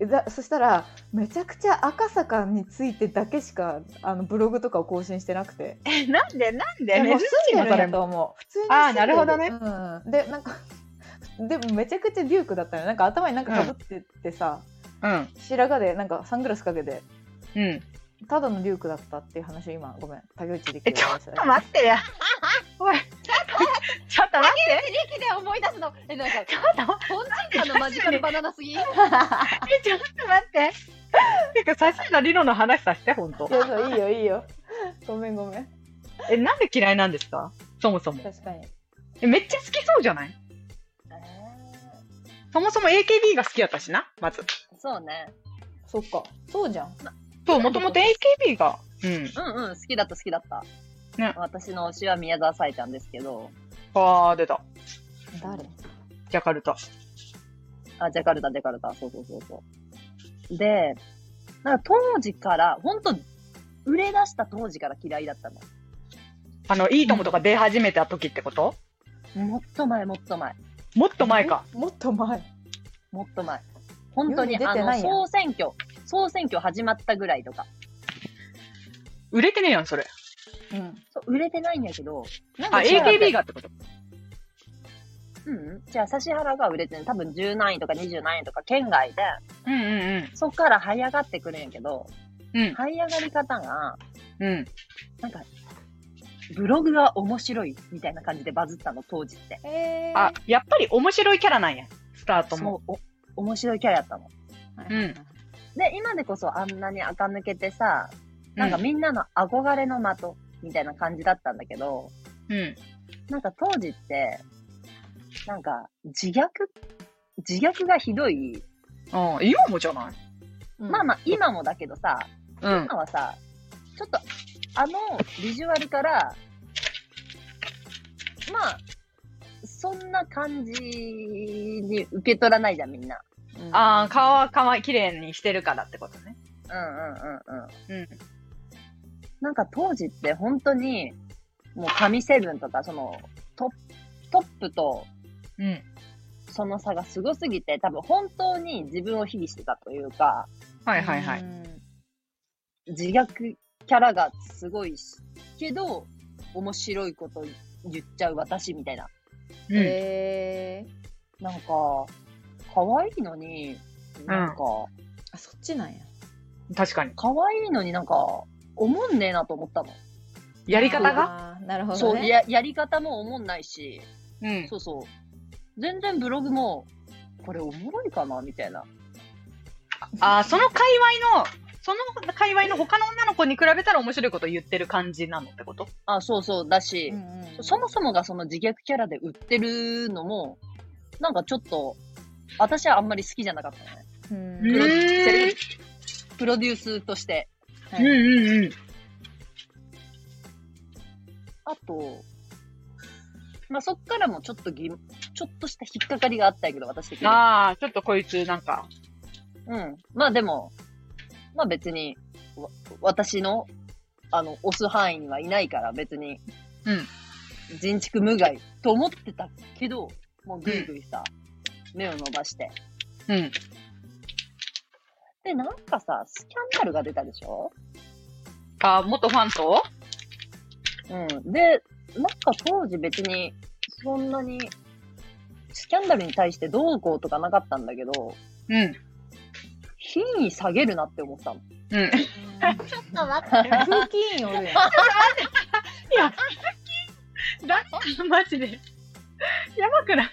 Speaker 1: うん。
Speaker 2: だそしたらめちゃくちゃ赤坂についてだけしかあのブログとかを更新してなくて
Speaker 1: え、なんでなんで
Speaker 2: いやも
Speaker 1: 珍
Speaker 2: う
Speaker 1: しい
Speaker 2: 住ん
Speaker 1: な
Speaker 2: でる
Speaker 1: そ
Speaker 2: ん
Speaker 1: れ
Speaker 2: や
Speaker 1: も
Speaker 2: と思う普通に住んで
Speaker 1: あーなるほどね
Speaker 2: うん、でなんかでもめちゃくちゃデュークだったよなんか頭になんかかぶってってさ、
Speaker 1: うん。
Speaker 2: 白髪でなんかサングラスかけて
Speaker 1: うん。
Speaker 2: ただのリュウクだったっていう話を今ごめん竹内力
Speaker 1: え、
Speaker 2: で
Speaker 1: ちょ
Speaker 2: 思い
Speaker 1: っ
Speaker 2: 出した
Speaker 1: と待ってや。おい、ちょっと待って。
Speaker 3: 駅で思い出すの、え、なんか、
Speaker 1: ちょっと待
Speaker 3: 本人間の間近のバナナすぎ。
Speaker 1: って、ちょっと待って。てか、最初の理論の話させて、本当
Speaker 2: い。やそういいよいいよごめんごめん
Speaker 1: え、なんで嫌いなんですかそもそも。
Speaker 2: 確かに
Speaker 1: え、めっちゃ好きそうじゃないそもそも AKB が好きやったしな、まず。
Speaker 3: そうね。
Speaker 2: そっかそうじゃん
Speaker 1: そう、もともと AKB が。うん。
Speaker 3: うんうん、好きだった、好きだった。
Speaker 1: ね
Speaker 3: 私の推しは宮沢さえちゃんですけど、
Speaker 1: あー、出た。
Speaker 2: 誰
Speaker 1: ジャカルタ。
Speaker 3: あ、ジャカルタ、ジャカルタ、そうそうそうそう。で、なんか当時から、ほんと、売れ出した当時から嫌いだったの。
Speaker 1: あの、いいともとか出始めた時ってこと
Speaker 3: もっと前、もっと前、
Speaker 1: もっと前か。
Speaker 2: ももっと前
Speaker 3: もっと前。本当に、
Speaker 2: 世に出
Speaker 3: あ
Speaker 2: て
Speaker 3: の
Speaker 2: な、いやん
Speaker 3: 総選挙、総選挙始まったぐらいとか。
Speaker 1: 売れてねえやん、それ。
Speaker 2: うん
Speaker 3: そう、売れてないんやけど、なん
Speaker 1: あ、
Speaker 3: か違う
Speaker 1: AKB がってこと
Speaker 3: うんうん。じゃあ、指原が売れてる。多分10何位とか20何位とか県外で、
Speaker 1: うんうん
Speaker 3: そっから這い上がってくるんやけど、
Speaker 1: うん
Speaker 3: 這い上がり方が、
Speaker 1: うん。うん。
Speaker 3: なんか、ブログが面白いみたいな感じでバズったの、当時って。
Speaker 2: えー
Speaker 1: あ、やっぱり面白いキャラなんや。スタートも。
Speaker 3: そう、お面白いキャラやったの。
Speaker 1: うん
Speaker 3: で、今でこそあんなに垢抜けてさ、なんか
Speaker 1: うん
Speaker 3: みんなの憧れの的みたいな感じだったんだけど、
Speaker 1: うん。
Speaker 3: なんか当時って、なんか自虐自虐がひどい。
Speaker 1: ああ、今もじゃない
Speaker 2: うん
Speaker 3: まあまあ今もだけどさ、
Speaker 1: うん。
Speaker 3: 今はさ、ちょっとあのビジュアルから、まあ、そんな感じに受け取らないじゃん、みんな。
Speaker 2: うん
Speaker 1: ああ、顔はかわい、綺麗にしてるからってことね。
Speaker 3: うんうんうんうん。
Speaker 1: うん。
Speaker 3: なんか当時って本当に、もう神セブンとか、そのトップ、トップと
Speaker 1: うん。
Speaker 3: その差がすごすぎて、多分本当に自分を卑下してたというか、
Speaker 1: はいはいは
Speaker 2: う
Speaker 1: い。
Speaker 2: ん
Speaker 3: 自虐キャラがすごいし、けど、面白いこと言っちゃう私みたいな。
Speaker 1: うん。
Speaker 2: えー
Speaker 3: なんか、可愛いのに、なんか、
Speaker 2: あそっちなんや
Speaker 1: 確かに。
Speaker 3: 可愛いのになんか、思んねえなと思ったの。
Speaker 1: やり方が
Speaker 2: あーなるほ
Speaker 3: そ
Speaker 2: ど
Speaker 3: う、
Speaker 2: ね
Speaker 3: や、やり方も思んないし、
Speaker 1: うん。
Speaker 3: そうそう。全然ブログも、これおもろいかなみたいな。
Speaker 1: ああ、その界隈の、その界隈の他の女の子に比べたら面白いこと言ってる感じなのってこと
Speaker 3: あ、そうそう、だし、
Speaker 2: うんうん
Speaker 3: そもそもがその自虐キャラで売ってるのも、なんかちょっと、私はあんまり好きじゃなかったのね。
Speaker 2: うん
Speaker 1: う
Speaker 3: プ
Speaker 2: <laughs>
Speaker 3: ロ
Speaker 1: ん
Speaker 3: セレブプロデュースとして。
Speaker 2: うん
Speaker 1: うんうん。
Speaker 3: あと、まあ、そっからもちょっと疑、ちょっとした引っかかりがあったんやけど、私的に。
Speaker 1: ああ、ちょっとこいつなんか、
Speaker 3: うん。まあでも、まあ別に、わ私の、あの、押す範囲にはいないから別に、
Speaker 1: うん。
Speaker 3: 人畜無害と思ってたけど、もうぐいぐいさ、目を伸ばして。
Speaker 1: うん。
Speaker 3: で、なんかさ、スキャンダルが出たでしょ
Speaker 1: あー元ファンと
Speaker 3: うん。で、なんか当時別に、そんなに、スキャンダルに対してどうこうとかなかったんだけど、
Speaker 1: <laughs> うん。
Speaker 3: 品位下げるなって思ったの。
Speaker 1: うん。
Speaker 7: ちょっと待って。
Speaker 2: 風紀委員おるやん
Speaker 1: だ <laughs> マジで。やばくない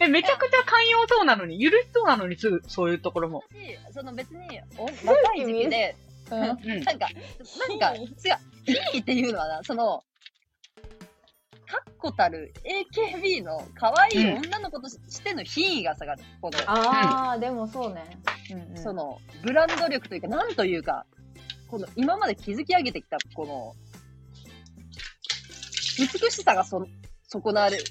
Speaker 1: え、めちゃくちゃ寛容そうなのに、許しそうなのにすぐ、そういうところも。
Speaker 3: 私、その別に、お若い時期で、
Speaker 2: うん
Speaker 1: うん。
Speaker 3: なんか、なんか、違う、いいっていうのはな、その、確固たる AKB の可愛い女の子とししての品位が下がる。この、
Speaker 2: ああでもそうねうんうん
Speaker 3: その、ブランド力というか、なんというか、この、今まで築き上げてきた、この、美しさがそ、損なわれる。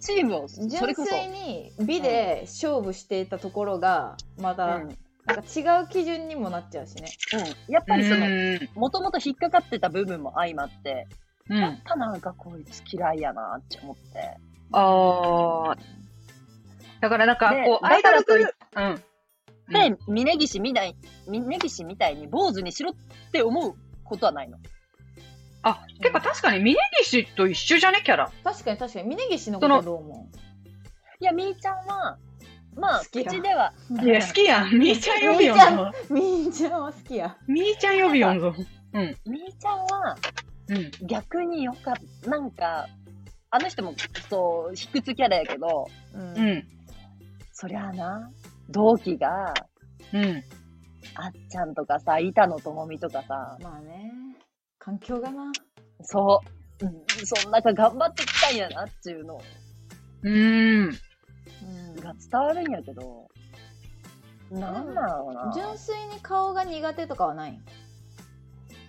Speaker 3: チームを、それ
Speaker 2: 純
Speaker 3: こそ、
Speaker 2: 粋に美で勝負していたところがま
Speaker 3: う
Speaker 2: た
Speaker 3: ん、うん。
Speaker 2: なんか違う基準にもなっちゃうしね
Speaker 3: やっぱりその、
Speaker 1: う
Speaker 3: もともと引っかかってた部分も相まって、
Speaker 1: ん。う
Speaker 3: やっ
Speaker 1: ん。
Speaker 3: ぱなんかこいつ嫌いやなって思って。
Speaker 1: あーだからなんか、
Speaker 3: で
Speaker 1: こう、アイ
Speaker 3: だ
Speaker 1: ド
Speaker 3: か
Speaker 1: ルグ
Speaker 3: らといっ
Speaker 1: ループ。
Speaker 3: で、峯岸みたい、峯岸みたいに坊主にしろって思うことはないの。
Speaker 1: あ、てか確かに、峯岸と一緒じゃね、キャラ。
Speaker 2: 確かに確かに峯岸のことはどう思
Speaker 3: いや、みーちゃんは、まあ、
Speaker 2: 好きや
Speaker 3: 口では、
Speaker 1: いや、好きや <laughs> ん。みーちゃん呼びよんぞ。
Speaker 2: みーちゃんは好きや。
Speaker 1: みーちゃん呼びよんぞ。
Speaker 3: みーちゃんは
Speaker 1: うん。
Speaker 3: 逆によかった。なんか、あの人も、そう、卑屈キャラやけど、
Speaker 2: う。
Speaker 1: うんん。
Speaker 3: そりゃあな、同期が、
Speaker 1: うん。
Speaker 3: あっちゃんとかさ、板野友美とかさ、
Speaker 2: まあね、環境がな。
Speaker 3: そう、うんそん中頑張ってきたんやなっていうの
Speaker 1: うーん。
Speaker 2: うん
Speaker 3: が伝わるんやけど、なんなのかな。
Speaker 2: 純粋に顔が苦手とかはない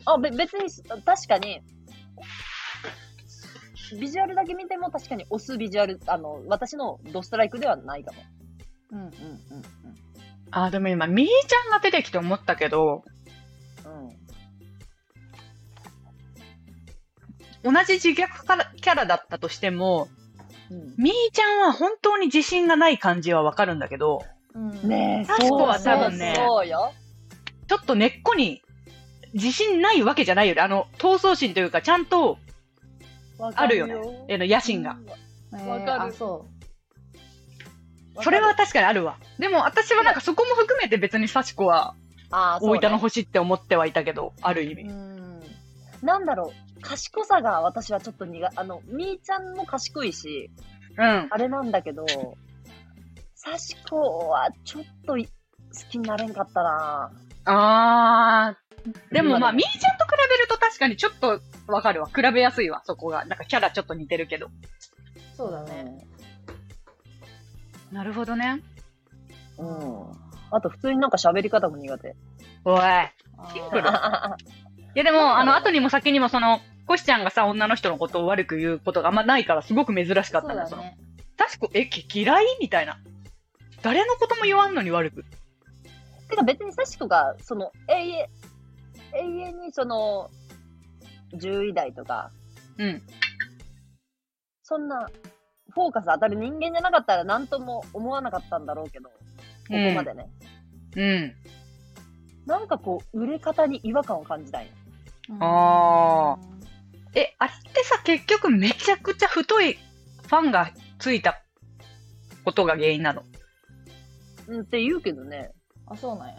Speaker 3: あ、べ別に、確かに、ビジュアルだけ見ても確かに押すビジュアル、あの、私のドストライクではないかも。
Speaker 2: うんうんうん
Speaker 1: あ、でも今、みーちゃんが出てきて思ったけど、
Speaker 3: うん。
Speaker 1: 同じ自虐からキャラだったとしても、
Speaker 3: うん
Speaker 1: みーちゃんは本当に自信がない感じはわかるんだけど、
Speaker 2: うんうん
Speaker 3: ねえ、
Speaker 1: 幸子は
Speaker 3: そうそう
Speaker 1: 多分ね
Speaker 3: そうよ。
Speaker 1: ちょっと根っこに自信ないわけじゃないよね。あの、闘争心というか、ちゃんと、
Speaker 3: わ
Speaker 1: あるよねあの野心が。。
Speaker 2: えー
Speaker 3: わかる
Speaker 2: あそ
Speaker 1: それは、確かにあるわ。でも私はなんかそこも含めて別に幸子は
Speaker 3: あーそう
Speaker 1: 大
Speaker 3: ね
Speaker 1: 分の星って思ってはいたけど、ある意
Speaker 2: う
Speaker 1: 味。
Speaker 2: うん
Speaker 3: なんだろう、賢さが私はちょっと苦、あの、みーちゃんも賢いし、
Speaker 1: うん。
Speaker 3: あれなんだけど、さしこはちょっとい好きになれんかったな
Speaker 1: あー。でもまあ、
Speaker 3: うん
Speaker 1: みーちゃんと比べると確かにちょっとわかるわ。比べやすいわ、そこが。なんかキャラちょっと似てるけど。
Speaker 2: そうだね。
Speaker 1: なるほどね。
Speaker 3: うん。あと、普通になんか喋り方も苦手。
Speaker 1: おい。い
Speaker 2: あ
Speaker 1: シンプル
Speaker 2: ー
Speaker 1: やでも、あの、後にも先にもその、コシちゃんがさ、女の人のことを悪く言うことがあんまないから、すごく珍しかった
Speaker 2: そうん
Speaker 1: だよ、
Speaker 2: だ
Speaker 1: その。
Speaker 2: ね
Speaker 1: 確か、え、き嫌いみたいな。誰のことも言わんのに悪く。
Speaker 3: <laughs> てか別にサシコが、その、永遠、永遠にその、10位台とか、
Speaker 1: うん。
Speaker 3: そんな、フォーカス当たる人間じゃなかったら何とも思わなかったんだろうけど、ここまでね。
Speaker 1: うん。
Speaker 3: なんかこう、売れ方に違和感を感じたい
Speaker 1: あえ、あれってさ、結局めちゃくちゃ太いファンがついたことが原因なの。
Speaker 3: うんって言うけどね。
Speaker 2: あそうなんや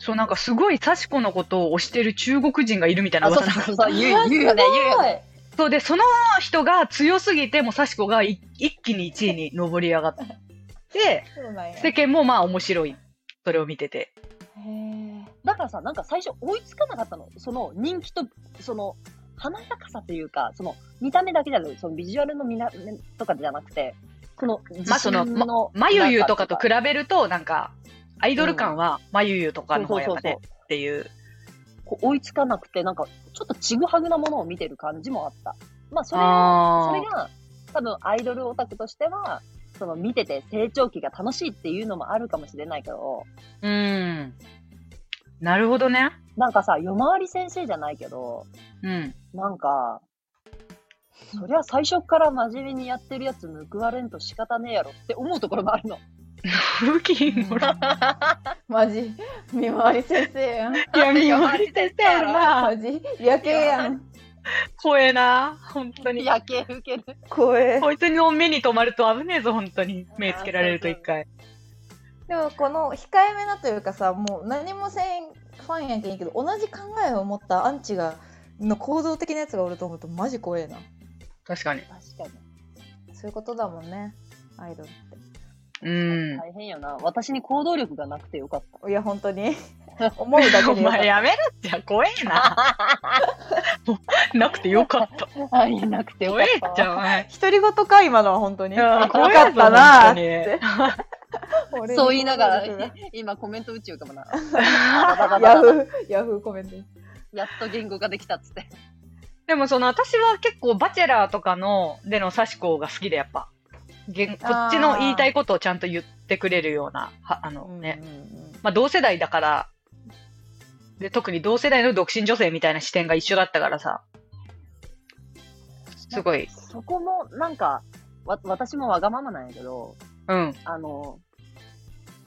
Speaker 1: そう、なんかすごい幸子のことを推してる中国人がいるみたいな
Speaker 3: あ、そう
Speaker 1: 噂
Speaker 3: そう
Speaker 1: が。
Speaker 3: そう、言う言うよね、言うよね。
Speaker 1: そうで、その人が強すぎて、もう幸子がい一気に1位に上り上
Speaker 3: <laughs>
Speaker 1: がって、
Speaker 2: そうなんや
Speaker 1: 世間もまあ面白い。それを見てて。
Speaker 2: へえ
Speaker 3: だからさ、なんか最初追いつかなかったの。その人気と、その、華やかさというか、その、見た目だけじゃなくそのビジュアルのみな、とかじゃなくて、この、
Speaker 1: まあその
Speaker 3: 自信の
Speaker 1: まゆゆとかと比
Speaker 3: べ
Speaker 1: べると、なんか、アイドル感は、まゆゆとかの方やっぱねっていう。
Speaker 3: こう追いつかなくて、なんか、ちょっとちぐはぐなものを見てる感じもあった。まあ、それ
Speaker 1: あ
Speaker 3: は、そ
Speaker 1: ー
Speaker 3: れが、多分、アイドルオタクとしては、その、見てて成長期が楽しいっていうのもあるかもしれないけど、
Speaker 1: うん。なるほどね。
Speaker 3: なんかさ、夜回り先生じゃないけど、
Speaker 1: うん。
Speaker 3: なんか、そりゃ最初から真面目にやってるやつ報われんと仕方ねえやろって思うところもあるの。
Speaker 1: 不金もら
Speaker 2: マジ見回り先生やん
Speaker 1: いや、見回り
Speaker 3: <laughs>
Speaker 1: 先生やろな。
Speaker 2: マジ夜景やん
Speaker 1: 怖えな。本当に。
Speaker 3: <laughs> 夜景受ける。
Speaker 2: 怖
Speaker 1: <laughs>
Speaker 2: え
Speaker 1: こいつの目に留まると危ねえぞ、本当に。目つけられると一回。
Speaker 2: でもこの控えめなというかさもう何もせんファンやけんいいけど同じ考えを持ったアンチがの行動的なやつがおると思うとマジ怖えな
Speaker 1: 確かに。
Speaker 3: 確かに。
Speaker 2: そういうことだもんねアイドルっ
Speaker 1: うん。
Speaker 3: 大変よな。私に行動力がなくてよかった。
Speaker 2: ていや本当 <laughs> に思うだ
Speaker 1: <laughs>
Speaker 2: け
Speaker 1: お
Speaker 2: でよかっ
Speaker 1: 前
Speaker 2: た
Speaker 1: やめろってゃ怖え <laughs> な。なくて <laughs> よかった。
Speaker 3: あ、いなくてよか
Speaker 1: 怖
Speaker 3: っ
Speaker 1: えじゃない。
Speaker 2: 独り言か今のは本当に
Speaker 1: い
Speaker 2: よか
Speaker 1: や怖えぞ
Speaker 2: ったなーって
Speaker 1: 本
Speaker 3: た。
Speaker 2: <laughs> 俺の
Speaker 3: そう言いなが
Speaker 2: 行動力
Speaker 3: ら、 <laughs> 今コメント打ちようかもな。 <laughs>
Speaker 2: が <laughs> ヤフーヤフーコメント
Speaker 3: やっと言語化できたっつって。
Speaker 1: <laughs> でもその私は結構バチェラーとかのでの刺し子が好きでやっぱげんこっちの言いたいことをちゃんと言ってくれるようなはあのね、
Speaker 2: うんうん
Speaker 1: まあ、同世代だからで特に同世代の独身女性みたいな視点が一緒だったからさすごい
Speaker 3: そこも、なんか、わ、私もわがままなんやけど、
Speaker 1: うん
Speaker 3: あの、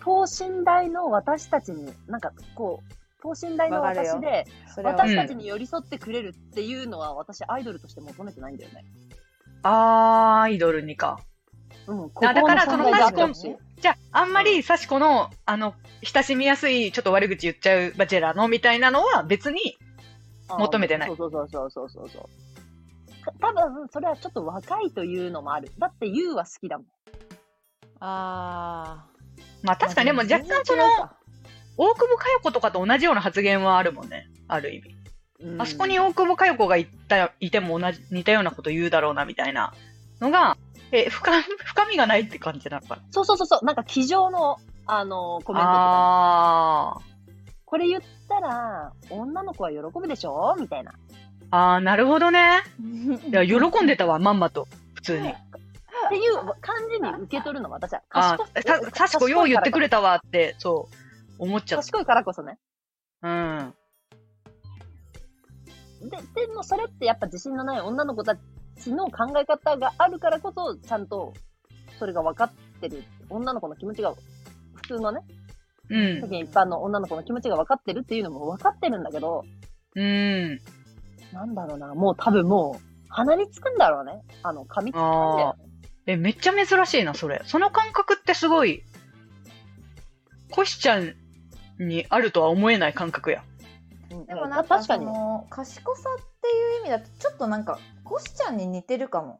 Speaker 3: 等身大の私たちに、なんかこう、等身大の
Speaker 2: わかるよ
Speaker 3: 私で、
Speaker 2: うんそれは
Speaker 3: 私たちに寄り添ってくれるっていうのは、私、アイドルとして求めてないんだよね。
Speaker 1: あーアイドルにか
Speaker 3: うん、
Speaker 1: あだからその
Speaker 3: 心
Speaker 1: マ
Speaker 3: 存在
Speaker 1: スコ
Speaker 3: があっ
Speaker 1: ン
Speaker 3: たしね
Speaker 1: じゃあ、あんまり幸子の、あの、親しみやすい、ちょっと悪口言っちゃうバチェラーのみたいなのは別に、求めてない
Speaker 3: あーそうそうそうそうそうそう。た多分それはちょっと若いというのもある。だって、ユウは好きだもん。
Speaker 2: あ
Speaker 1: まあ
Speaker 2: ー
Speaker 1: 確かにでも若干その、大久保佳代子とかと同じような発言はあるもんね。ある意味。あそこに大久保佳代子がいた、いても同じ、似たようなこと言うだろうな、みたいなのが、え、深、深みがないって感じなのかな。
Speaker 3: そうそうそうそう、なんか机上の、あのーコメントとか、
Speaker 1: あ
Speaker 3: これ言ったら、女の子は喜ぶでしょみたいな。
Speaker 1: ー。あー、なるほどね。
Speaker 2: <laughs>
Speaker 1: いや、
Speaker 2: ー
Speaker 1: 喜んでたわ、まんまと。普通に。
Speaker 3: っていう感じに受け取るの、私は。
Speaker 1: あ
Speaker 3: 賢
Speaker 1: ー、た、幸子よう言ってくれたわって、そう、思っちゃっ
Speaker 3: 賢いからこそね。
Speaker 1: た。うん。
Speaker 3: で、でもそれってやっぱ自信のない女の子たちの考え方があるからこそ、ちゃんとそれが分かってる。女の子の気持ちが、普通のね、
Speaker 1: うん
Speaker 3: 世。間一般の女の子の気持ちが分かってるっていうのも分かってるんだけど、
Speaker 1: うん。
Speaker 3: なんだろうな、もう多分もう、鼻につくんだろうね。あの、髪つくんだよね。
Speaker 1: え、めっちゃ珍しいな、それ。その感覚ってすごい、コシちゃんにあるとは思えない感覚や。
Speaker 3: うん
Speaker 2: でもなんか
Speaker 3: 確か
Speaker 2: そ
Speaker 3: に。
Speaker 2: の賢さっていう意味だとちょっとなんかコシちゃんに似てるかも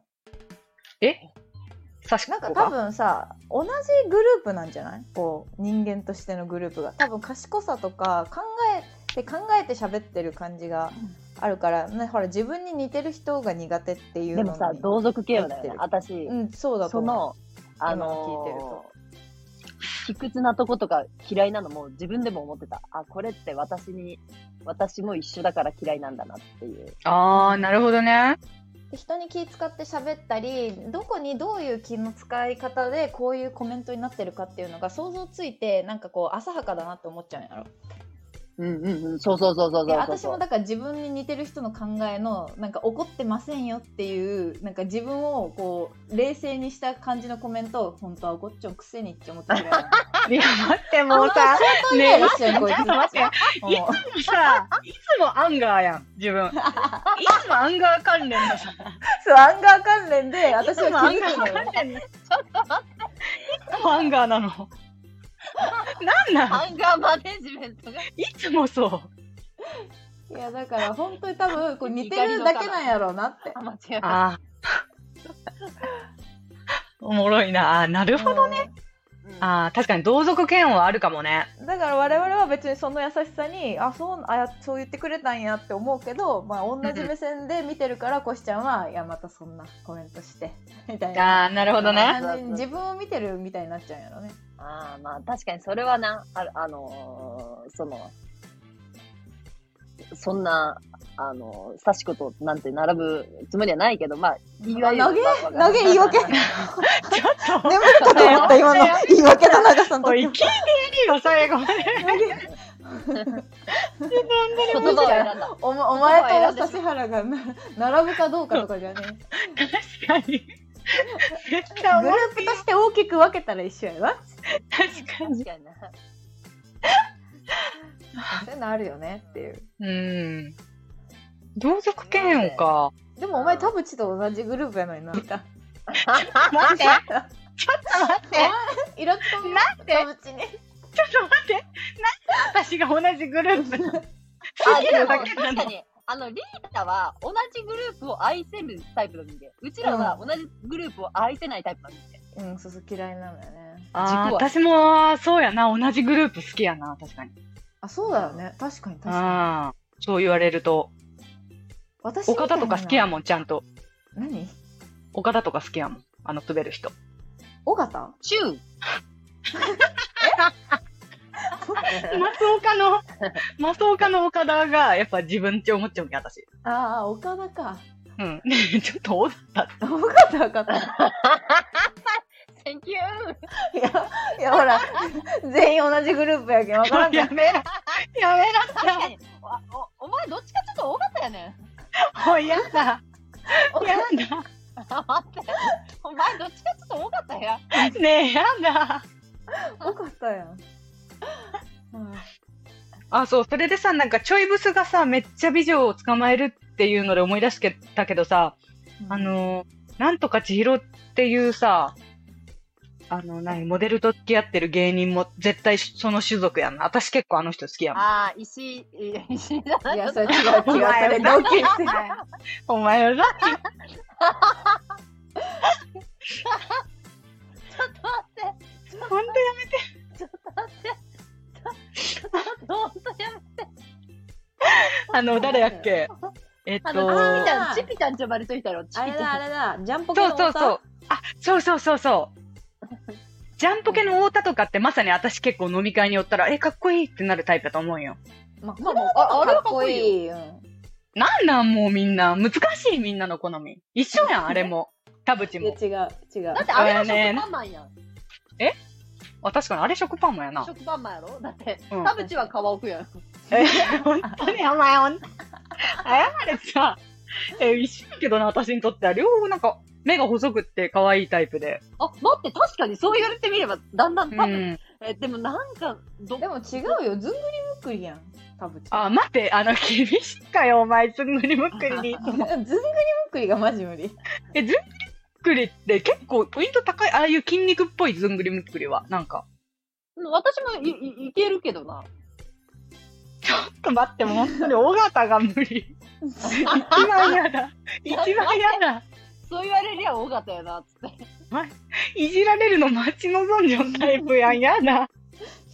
Speaker 1: さし
Speaker 2: なんか多分さ同じグループなんじゃないこう人間としてのグループが多分賢さとか考えて考えて喋ってる感じがあるから、ね、ほら自分に似てる人が苦手っていうの
Speaker 3: で
Speaker 2: に
Speaker 3: もさ、同族嫌悪だよ
Speaker 2: 合
Speaker 3: ね
Speaker 2: っ。て
Speaker 3: 私、
Speaker 2: うんそうだと
Speaker 3: そ
Speaker 2: 思
Speaker 3: の、あ
Speaker 2: 今
Speaker 3: の
Speaker 2: 聞いてると
Speaker 3: 卑屈なとことか嫌いなのも自分でも思ってた。あ、これって私に、私も一緒だから嫌いなんだなっていう。
Speaker 1: あー、なるほどね。
Speaker 2: うで人に気使って喋ったりどこにどういう気の使い方でこういうコメントになってるかっていうのが想像ついてなんかこう浅はかだなって思っちゃうんやろ
Speaker 3: うんうんうん、そうそうそうそう
Speaker 2: で
Speaker 3: そうそう
Speaker 2: 私もだから自分に似てる人の考えのなんか怒ってませんよっていうなんか自分をこう冷静にした感じのコメントを本当は怒っちゃうくせにって思ってくれる
Speaker 1: いや、待って、もうさ、ね
Speaker 2: ね
Speaker 1: え、
Speaker 2: え
Speaker 1: 待
Speaker 2: 待
Speaker 1: っ、
Speaker 2: ってて
Speaker 1: ちょっと待って。
Speaker 2: もう
Speaker 1: いつもさ、いつもアンガーやん、自分。いつもアンガー関連のさ、
Speaker 2: <laughs> そうアンガー関連で
Speaker 1: い
Speaker 2: 私
Speaker 1: つも
Speaker 2: は
Speaker 1: ア
Speaker 2: 気
Speaker 1: ンガ
Speaker 2: づくの
Speaker 1: ー関
Speaker 2: よ
Speaker 1: 連の。いつもアンガーなの。なんなん
Speaker 3: ンガーマネジメントが。
Speaker 1: いつもそう。
Speaker 2: いやだから本当に多分こう似てるだけなんやろうなって
Speaker 3: あ、間違えた。
Speaker 1: ああ。おもろいな。あーなるほど。
Speaker 2: ね、
Speaker 3: うん
Speaker 1: ああ、確かに同族嫌悪はあるかもね。
Speaker 2: うんだから我々は別にその優しさにあそうあそう言ってくれたんやって思うけど、まあ、同じ目線で見てるからコシちゃんはいやまたそんなコメントしてみたいな
Speaker 1: ああ、なるほどね。
Speaker 2: 単純に自分を見てるみたいになっちゃうんや
Speaker 1: <laughs>
Speaker 2: ろね。
Speaker 3: あーまあ確かにそれはな、ああのーその、そんな、あのー、幸子となんて並ぶつもりはないけど、まあ、言い
Speaker 2: 投げ投げ言い訳。
Speaker 3: まあ
Speaker 1: ちょ
Speaker 2: 眠
Speaker 1: っと、
Speaker 2: るかと思った今の言い訳の長さの
Speaker 1: おい、聞
Speaker 2: 時
Speaker 1: いていいよ、最後まで。
Speaker 3: <laughs> 言葉を選んだ。
Speaker 2: お前お前と指原がな並ぶかどうかとかじゃね
Speaker 1: 確かに。絶
Speaker 2: グ
Speaker 1: 対
Speaker 2: ル
Speaker 1: 面
Speaker 2: ープとして大きく分けたら一緒やわ
Speaker 1: 白い。確かに。
Speaker 3: 確かにな。
Speaker 2: <laughs> そういうのあるよねっていう
Speaker 1: うん。同族嫌悪か。
Speaker 2: でもお前田淵と同じグループやのにな <laughs>
Speaker 1: 待って、
Speaker 2: イラつくなんで田淵に
Speaker 1: ちょっと待って。なんで私が同じグループなの
Speaker 3: あ、でも
Speaker 1: だけ
Speaker 3: 確
Speaker 1: なの
Speaker 3: かに。あの、リータは同じグループを愛せるタイプの人間。うちらは同じグループを愛せないタイプの人間。
Speaker 2: うんそうそう嫌いなんだよね
Speaker 1: あー
Speaker 3: 軸は
Speaker 1: 私も、そうやな。同じグループ好きやな。確かに。
Speaker 2: あそうだよね確かに確かに
Speaker 1: ああ。そう言われると。
Speaker 2: 私みたい
Speaker 1: 岡
Speaker 2: な
Speaker 1: 田とか好きやもん、ちゃんと。
Speaker 2: 何
Speaker 1: 岡田とか好きやもん。あの、滑る人。
Speaker 2: 尾 <laughs> 形
Speaker 3: チュー
Speaker 1: 松岡 <laughs> の、松岡の岡田が、やっぱ自分って思っちゃうんや、私。
Speaker 2: ああ岡田か
Speaker 1: うん。ね <laughs> ちょっと、お
Speaker 2: 尾形分かった
Speaker 3: センキュー
Speaker 2: いや、いやほら、全員同じグループやけん、わからんけ
Speaker 1: や
Speaker 2: ん。
Speaker 1: めろ。やめろ
Speaker 3: 確かに。 <laughs> お、おお前どっちかちょっと多かったよね。
Speaker 1: <laughs> もう嫌だ。嫌
Speaker 3: あ待って。お前どっちかちょっと多かったよ。
Speaker 1: だ。ねえ、嫌だ。
Speaker 2: 多かったやん。うん
Speaker 1: あ、そう、それでさ、なんかちょいブスがさ、めっちゃ美女を捕まえるっていうので思い出してたけどさ、あ、のー、なんとか千尋っていうさ、あの、何、モデルと付き合ってる芸人も絶対その種族やんな。私結構あの人好きやもん。
Speaker 3: ああ、石 <laughs> 井、石井じゃないい
Speaker 2: や、それ違う違う。それ同級生。
Speaker 1: お前 <laughs> ら、
Speaker 3: ちょっと
Speaker 1: ほんとやめて。
Speaker 3: ちょっと待って。ちょっとちょっと本当やめ
Speaker 1: あの、誰やっけえっと
Speaker 3: あ、の、チピタ
Speaker 2: あー
Speaker 3: ン、チピタンちょばるといたろ、チ
Speaker 2: あ
Speaker 3: ピ
Speaker 2: れだ、
Speaker 3: タ
Speaker 2: あ
Speaker 3: ン。
Speaker 2: れだ。ジャンポケ
Speaker 1: そ
Speaker 2: の。
Speaker 1: うそうそうう。あ、そうそうそうそう。ジャンポケの太田とかってまさに私結構飲み会に寄ったら、え、かっこいいってなるタイプだと思うんよ。
Speaker 2: まあ、
Speaker 3: まあま
Speaker 2: あ
Speaker 3: あ、あれ
Speaker 2: か
Speaker 3: は
Speaker 2: っ
Speaker 3: か
Speaker 2: こ
Speaker 3: っこいいよ。
Speaker 2: いい。うん
Speaker 1: なんなんもうみんな。難しいみんなの好み。一緒やん、あれも。田淵
Speaker 2: いや、
Speaker 1: も。
Speaker 2: 違う、違う
Speaker 3: だっ。てあれは食パンマンやん。
Speaker 1: あ、確かにあれ食パンもやな。
Speaker 3: 食パンマンやろだって、
Speaker 1: うん
Speaker 3: 田淵は皮置くやん。
Speaker 1: え、本当に、お前、ほん謝れさ、え、一緒やけどな、私にとっては。両方なんか、目が細くって可愛いタイプで。
Speaker 3: あ、待って、確かにそう言われてみれば、だんだん
Speaker 1: う
Speaker 3: 多分、
Speaker 1: ん。
Speaker 3: え、でもなんか、ど、
Speaker 2: でも違うよ。ずんぐりむっくりやん。田淵。
Speaker 1: あ、待って、あの、厳しいかよ、お前、ずんぐりむっくりに。
Speaker 2: ずんぐりむっくりがマジ無理。
Speaker 1: え、ずんぐりむっくりって結構ポイント高い、ああいう筋肉っぽいずんぐりむっくりは。なんか、
Speaker 3: 私もいいいけるけどな。
Speaker 1: ちょっと待って、もう本当に尾形が無理。一番嫌だ。一番嫌だ。
Speaker 3: そう言われりゃ多かったよな、つって。 <laughs>
Speaker 1: いじられるの待ち望んじゃうタイプやん。嫌だ。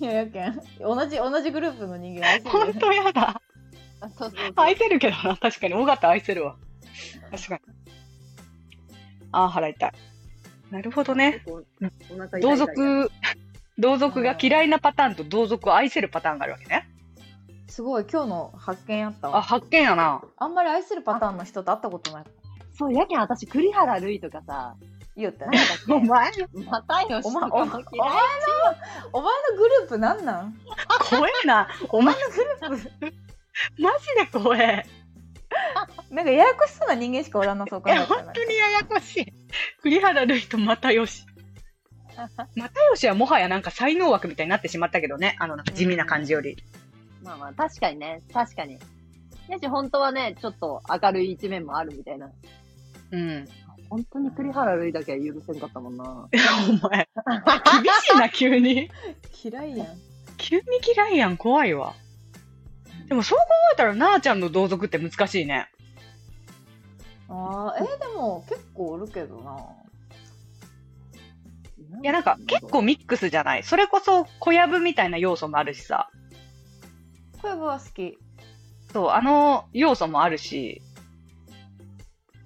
Speaker 2: いや、やけん。同じ、同じグループの人間愛せるよ
Speaker 1: 本当嫌だ。
Speaker 3: あそうそうそう
Speaker 1: 愛せるけどな、確かに。尾形愛せるわ。確かに。ああ、腹痛い。なるほどね。
Speaker 8: おお腹痛い
Speaker 1: 同族、同族が嫌いなパターンと同族を愛せるパターンがあるわけね。
Speaker 2: すごい、今日の発見あった
Speaker 1: あ、
Speaker 2: わ。
Speaker 1: 発見やな。
Speaker 2: あんまり愛するパターンの人と会ったことない。
Speaker 3: そう、やけん、私、栗原るいとかさ、
Speaker 2: いいよってね。
Speaker 3: <laughs>
Speaker 1: お前、
Speaker 3: またよしと
Speaker 2: おま
Speaker 3: か
Speaker 2: お
Speaker 3: も
Speaker 2: ま
Speaker 3: 嫌い。
Speaker 2: お前のグループなんなん
Speaker 1: 怖えな。お前、
Speaker 2: グルー
Speaker 1: マジで怖え。
Speaker 2: プなんかややこしそうな人間しかおらんなそう
Speaker 1: い
Speaker 2: か
Speaker 1: や、本当にややこしい。栗原るいと又吉。 <laughs> 又吉はもはやなんか才能枠みたいになってしまったけどね。あの、なんか地味な感じより。
Speaker 3: まあまあ、確かにね、確かに。やし、本当はね、ちょっと明るい一面もあるみたいな。
Speaker 1: うん。
Speaker 3: 本当に栗原るいだけは許せんかったもんな。
Speaker 1: <laughs> いや、お前、厳しいな、急に。
Speaker 2: 嫌いやん
Speaker 1: <laughs> 急に嫌いやん、怖いわ。でもそう考えたら、なあちゃんの同族って難しいね。
Speaker 2: あーえーでも結構おるけどない
Speaker 1: や、なんか結構ミックスじゃない。それこそ小籔みたいな要素もあるしさ。
Speaker 2: 小籔は好きえ
Speaker 1: そう、あの要素もあるし。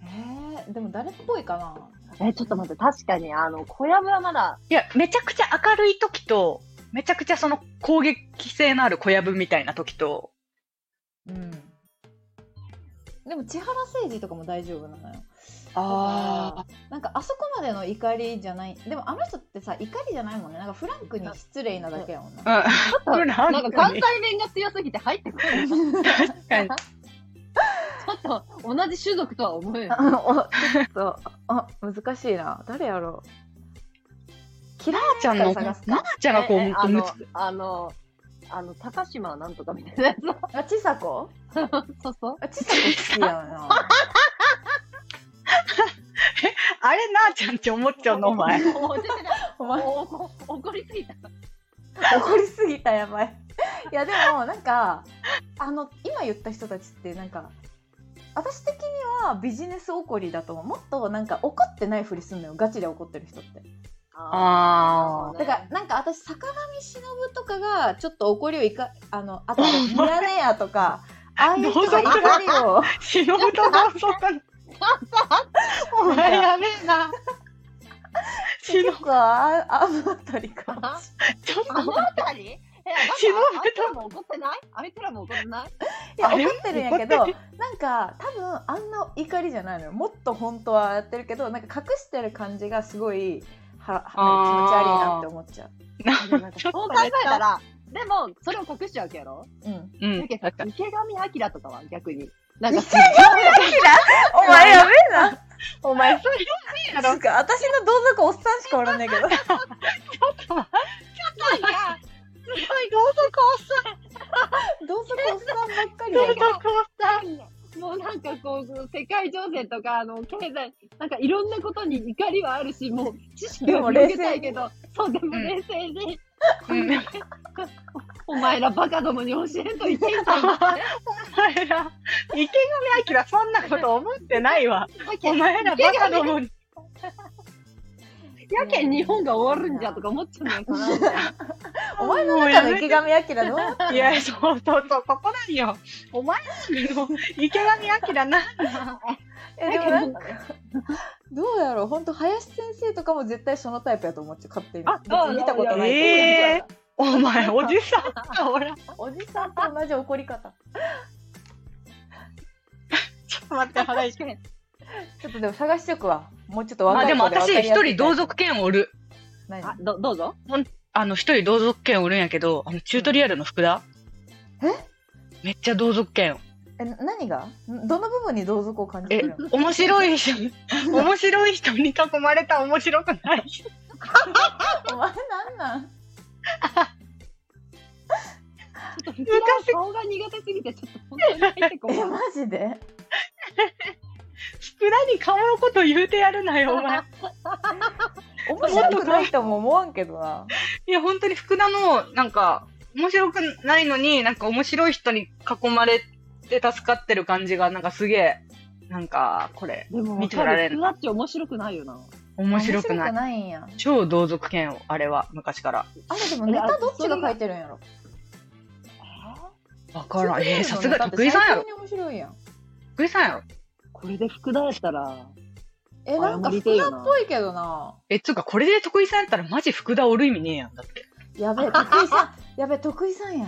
Speaker 2: ー、でも誰っぽいかな
Speaker 3: え、ちょっと待って、確かに、あの、小籔はまだ、
Speaker 1: いや、めちゃくちゃ明るい時と、めちゃくちゃその攻撃性のある小籔みたいな時と、
Speaker 2: うんでも千原誠二とかも大丈夫なのよ
Speaker 1: あ
Speaker 2: なんかあそこまでの怒りじゃないでもあの人ってさ怒りじゃないもんねなんかフランクに失礼なだけやもんな
Speaker 1: あ、うん。フラン
Speaker 3: なんか
Speaker 1: ク
Speaker 3: 関
Speaker 1: に
Speaker 3: 西弁が強すぎて入ってこない。ち
Speaker 1: 確かに。
Speaker 3: ょっと、同じ種族とは思えない。
Speaker 2: あおちょっとあ難しいな誰やろう嫌い
Speaker 1: なあちゃんの、
Speaker 2: 探すか
Speaker 1: <laughs> なあちゃんがこう、
Speaker 3: ええあ
Speaker 1: む
Speaker 3: の
Speaker 1: つ、
Speaker 3: あの、あの、高島なんとかみたいなやつ。
Speaker 2: あちさ子
Speaker 3: そうそう。
Speaker 2: あちさ子好きや <laughs> な
Speaker 1: あれなあちゃんって思っちゃうの、お前。
Speaker 3: もう出てない
Speaker 2: お前
Speaker 3: もう怒怒りすぎた。
Speaker 2: 怒りすぎたやばい <laughs> いやでもなんかあの今言った人たちってなんか私的にはビジネス怒りだと思うもっとなんか怒ってないふりすんのよガチで怒ってる人って
Speaker 1: あー
Speaker 2: だからなんか私坂上忍とかがちょっと怒りをいかあのあとミラネやとかああいう人が怒りを
Speaker 1: 死ぬほど同族なのお前 <laughs> やべえな。死ぬ
Speaker 2: 結構ああの辺りかもし
Speaker 1: ちょっ
Speaker 3: あの
Speaker 1: と、
Speaker 3: 辺りえ、なんか
Speaker 1: しぼ
Speaker 3: あい
Speaker 1: く
Speaker 3: つらも怒ってないあいつらも怒って
Speaker 2: れ
Speaker 3: ない
Speaker 2: ないい
Speaker 1: あれ
Speaker 2: や怒ってるんやけど
Speaker 1: 怒っ
Speaker 2: なんか多分あんな怒りじゃないのよもっと本当はやってるけどなんか隠してる感じがすごいはは気持ち悪いなって思っちゃう。
Speaker 3: なんかそう考えたら、でも、それを隠しちゃうわけやろ
Speaker 2: うん、
Speaker 1: う
Speaker 3: だ
Speaker 1: ん
Speaker 3: けど、池上彰とかは逆に。なんか、
Speaker 2: お前やべえ <laughs> な
Speaker 1: お前、それや
Speaker 2: なんか私の同族おっさんしかおらんねんけ
Speaker 1: す
Speaker 2: ど
Speaker 1: ごい同族
Speaker 2: <laughs> 同族おっさんばっかり
Speaker 1: 同
Speaker 2: や <laughs>
Speaker 1: 族おっさん。
Speaker 3: もうなんかこう、世界情勢とか、あの、経済、なんかいろんなことに怒りはあるし、もう知識は広げたいけど、そう、でも
Speaker 9: うん
Speaker 3: 冷静に、
Speaker 1: うん
Speaker 3: お前らバカどもに教えんといけ
Speaker 1: <laughs>
Speaker 2: <laughs>
Speaker 3: んか
Speaker 1: お前ら、池上彰そんなこと思ってないわ。お前らバカどもに。
Speaker 3: やけん日本が終わるんじゃとか思っちゃうんだよかなみたいな。
Speaker 2: お前の中の池上彰どうなって
Speaker 1: いや、そうそうそう、ここなんよ。お前らの池上彰な。
Speaker 2: え <laughs> でもなんかどうやろう本当林先生とかも絶対そのタイプやと思っちゃう勝手に別に見たことない
Speaker 1: え
Speaker 2: け
Speaker 1: えお前、おじさんか、ほら。
Speaker 2: ど、おじさんと同じ怒り方
Speaker 1: ちょっと待って、原石。
Speaker 2: ちょっとでも探しとくわもうちょっと
Speaker 1: あ、
Speaker 2: 若
Speaker 1: で
Speaker 2: い
Speaker 1: も
Speaker 2: 子で
Speaker 1: 私、
Speaker 2: 分かりや
Speaker 1: 一
Speaker 2: すい
Speaker 1: 人同族権おる。
Speaker 2: 何
Speaker 3: あ、ど、どうぞ。
Speaker 1: あの、一人同族権おるんやけど、あの、チュートリアルの福田。
Speaker 2: え
Speaker 1: めっちゃ同族権。
Speaker 2: え何がんどの部分に同族を感じて
Speaker 1: え
Speaker 2: るの、
Speaker 1: 面白い人、 <laughs> 面白い人に囲まれた面白くない人。
Speaker 2: お前なんなん
Speaker 3: ちょっと、昔顔が苦手すぎて、ちょっと本当に入って <laughs> こ
Speaker 2: <laughs> え
Speaker 3: ない
Speaker 2: マジで
Speaker 1: 福田に顔のこと言うてやるなよ、お前。
Speaker 2: 面白くないとも思わんけどない
Speaker 1: や、本当に福田の、なんか、面白くないのに、なんか面白い人に囲まれて助かってる感じが、なんかすげえ、なんか、これ、
Speaker 3: でも、
Speaker 1: 見てられる
Speaker 3: ふわっち面白くないよな。
Speaker 1: 面白くない。
Speaker 2: 面んや
Speaker 1: 超同族嫌悪、あれは、昔から。
Speaker 2: あれでもネタどっちが書いてるんやろ
Speaker 1: わからん。えー、さすが
Speaker 2: だって
Speaker 1: 徳井さんや
Speaker 2: 最
Speaker 1: ろ。
Speaker 2: 近に面白いやん
Speaker 1: 徳井さんやろ。
Speaker 3: これで福田やったら、
Speaker 2: えなんか
Speaker 3: 謝り
Speaker 2: 福
Speaker 3: てえ
Speaker 2: 田
Speaker 3: よ
Speaker 2: っ
Speaker 3: な
Speaker 2: ぽいけどな
Speaker 1: え、つうか、これで徳井さんやったら、マジ福田おる意味ねえやん。だって。
Speaker 2: や
Speaker 3: <laughs>
Speaker 2: べえ徳井さんやべえ徳井さんや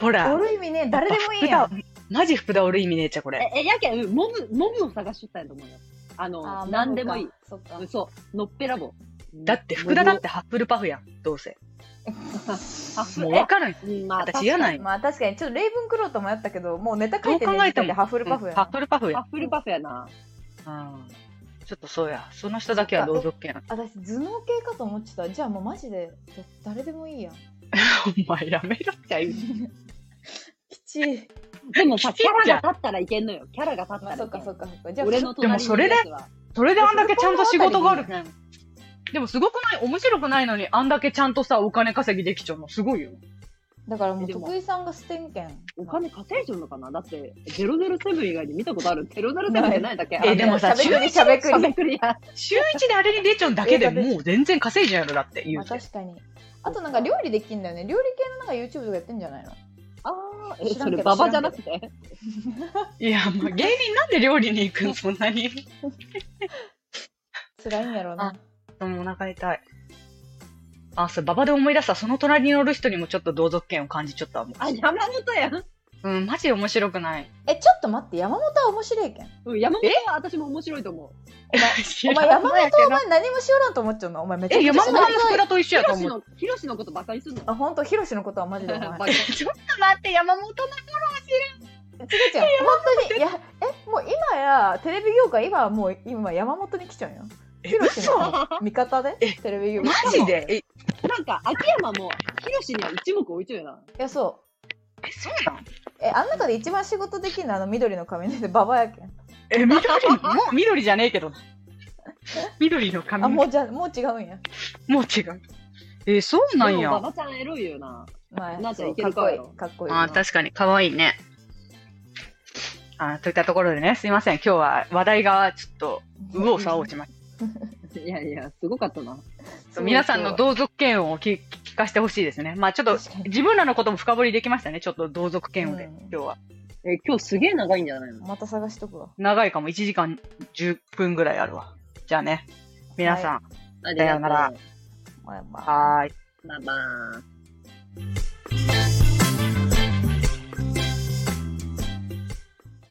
Speaker 1: ほら
Speaker 2: お、る意味ねえ誰でもいいやん
Speaker 1: マジ福田おる意味ねえじゃん、これ。
Speaker 3: え、え、やけん、モブ、モブを探しとったんやと思うよ。あの、
Speaker 2: あー
Speaker 3: なんでもいい。
Speaker 2: そっか
Speaker 3: 嘘。のっぺらぼう。
Speaker 1: だって、福田だってハッフルパフやん。どうせ。
Speaker 3: あ、ふ
Speaker 1: もうわかるん。
Speaker 3: えうんまあ、
Speaker 1: 私嫌ない。
Speaker 2: まあ確かにちょっとレイブンクローと迷ったけどもうネタ書いて
Speaker 1: どう
Speaker 2: る
Speaker 1: 考え
Speaker 2: 時
Speaker 1: ても
Speaker 2: 点でハッフルパフや
Speaker 1: ハッフルパフや
Speaker 3: ハ
Speaker 1: ん。
Speaker 3: ッフルパフやな。
Speaker 1: うん。ちょっとそうや。その人だけは同族嫌悪。
Speaker 2: 私頭脳系かと思ってたじゃあもうマジで誰でもいいやん
Speaker 1: お前やめろって言う。
Speaker 2: 吉井
Speaker 3: でもさ、
Speaker 1: きち
Speaker 3: キ
Speaker 1: っ
Speaker 3: ャ
Speaker 1: ちゃ
Speaker 3: ラが立ったらいけんのよ。キャラが立った
Speaker 2: ま
Speaker 3: ら
Speaker 2: あ
Speaker 3: い
Speaker 2: そ
Speaker 3: け
Speaker 2: っか
Speaker 3: ん。
Speaker 2: そっかそっかじゃあ
Speaker 3: 俺の隣のやつは。
Speaker 1: それであんだけちゃんと仕事があるね。でもすごくない面白くないのにあんだけちゃんとさ、お金稼ぎできちゃうのすごいよ。
Speaker 2: だからもう
Speaker 3: でも
Speaker 2: 徳井さんがステンケン
Speaker 3: お金稼いじゃうのかなだって、007以外に見たことある ?007 じゃないだっけ
Speaker 1: えでもさ
Speaker 2: しゃべくりしゃべく
Speaker 3: しゃ
Speaker 2: り
Speaker 3: べくりや。
Speaker 1: 週一であれに出ちゃうだけでもう全然稼いじゃうやろだって言
Speaker 2: ま
Speaker 1: う
Speaker 2: あ
Speaker 1: て。
Speaker 2: 確かにあとなんか料理できんだよね料理系のなんか YouTube とかやってんじゃないの
Speaker 3: ああ、え、
Speaker 2: 知らん
Speaker 3: そ
Speaker 2: けど
Speaker 3: れ、ババじゃなくて。
Speaker 1: いや、まあ芸人なんで料理に行 <laughs> くんそんなに。
Speaker 2: 辛いんやろうな
Speaker 1: うん、お腹痛い。あ、そう、馬場で思い出した。その隣におる人にもちょっと同族権を感じちゃったわも
Speaker 3: あ、山本やん。
Speaker 1: う。うん、マジ面白くない。
Speaker 2: えちょっと待って山本は面白いけん
Speaker 3: うん山本は私も面白いと思う。
Speaker 2: お前
Speaker 1: 知ら
Speaker 2: 山
Speaker 1: んの
Speaker 2: 本
Speaker 1: やけど
Speaker 2: お前何もしよらんと思っちゃうのお前めっちゃ
Speaker 1: え、
Speaker 2: くちゃ
Speaker 1: 山本の
Speaker 2: 知らん
Speaker 1: 福田と一緒やと
Speaker 3: 広
Speaker 1: 思う。
Speaker 3: 志の、広志のことバカにすんの。
Speaker 2: あ本当ヒロシのことはマジでお
Speaker 1: <laughs>
Speaker 2: 前違う違う
Speaker 3: <laughs> バ
Speaker 2: 本
Speaker 3: カ
Speaker 1: ちょっと待って、山本の。
Speaker 2: 当にいやえもう今やテレビ業界今はもう今山本に来ちゃうよ
Speaker 1: え
Speaker 2: ヒロシの味方でテレビ業
Speaker 1: マ
Speaker 2: 界
Speaker 1: ジでえ、
Speaker 3: なんか、秋山も、ヒロシには一目置いちゃうよな。
Speaker 2: いやそ
Speaker 1: えそうなん
Speaker 2: うえあん中で一番仕事できるのはあの緑の髪の毛でババアやけん
Speaker 1: え、緑の、もう緑じゃねえけど。緑の髪
Speaker 2: あ
Speaker 1: の毛
Speaker 2: もうじゃもう違うんや
Speaker 1: もう違う。えーそうなん
Speaker 3: で
Speaker 1: や。
Speaker 3: も
Speaker 1: あ
Speaker 3: ババちゃんエロいよな。
Speaker 2: まあ
Speaker 3: なあち
Speaker 2: そ
Speaker 3: ゃん
Speaker 2: う
Speaker 3: いける
Speaker 2: か
Speaker 3: か
Speaker 2: っこい
Speaker 3: よ
Speaker 2: いかっこいいよな
Speaker 1: ー確かに、可愛いね。あーといったところでね、すいません。今日は話題がちょっと、右往左往しまし
Speaker 3: いやいや、すごかったな。
Speaker 1: た。皆さんの同族嫌悪を聞聞かせてほしいですね。まあちょっと
Speaker 2: 確か、に
Speaker 1: 自分らのことも深掘りできましたね。ちょっと同族嫌悪で、
Speaker 2: うん
Speaker 1: 今日は。
Speaker 3: え、今日すげえ長いんじゃないの
Speaker 2: また探しとくわ
Speaker 1: 長いかも、1時間10分ぐらいあるわ。じゃあね、皆さん、
Speaker 3: あり
Speaker 1: さ
Speaker 3: がとう
Speaker 1: ようなら。啊
Speaker 2: まあまあ
Speaker 1: はーい。
Speaker 3: バイバーイ。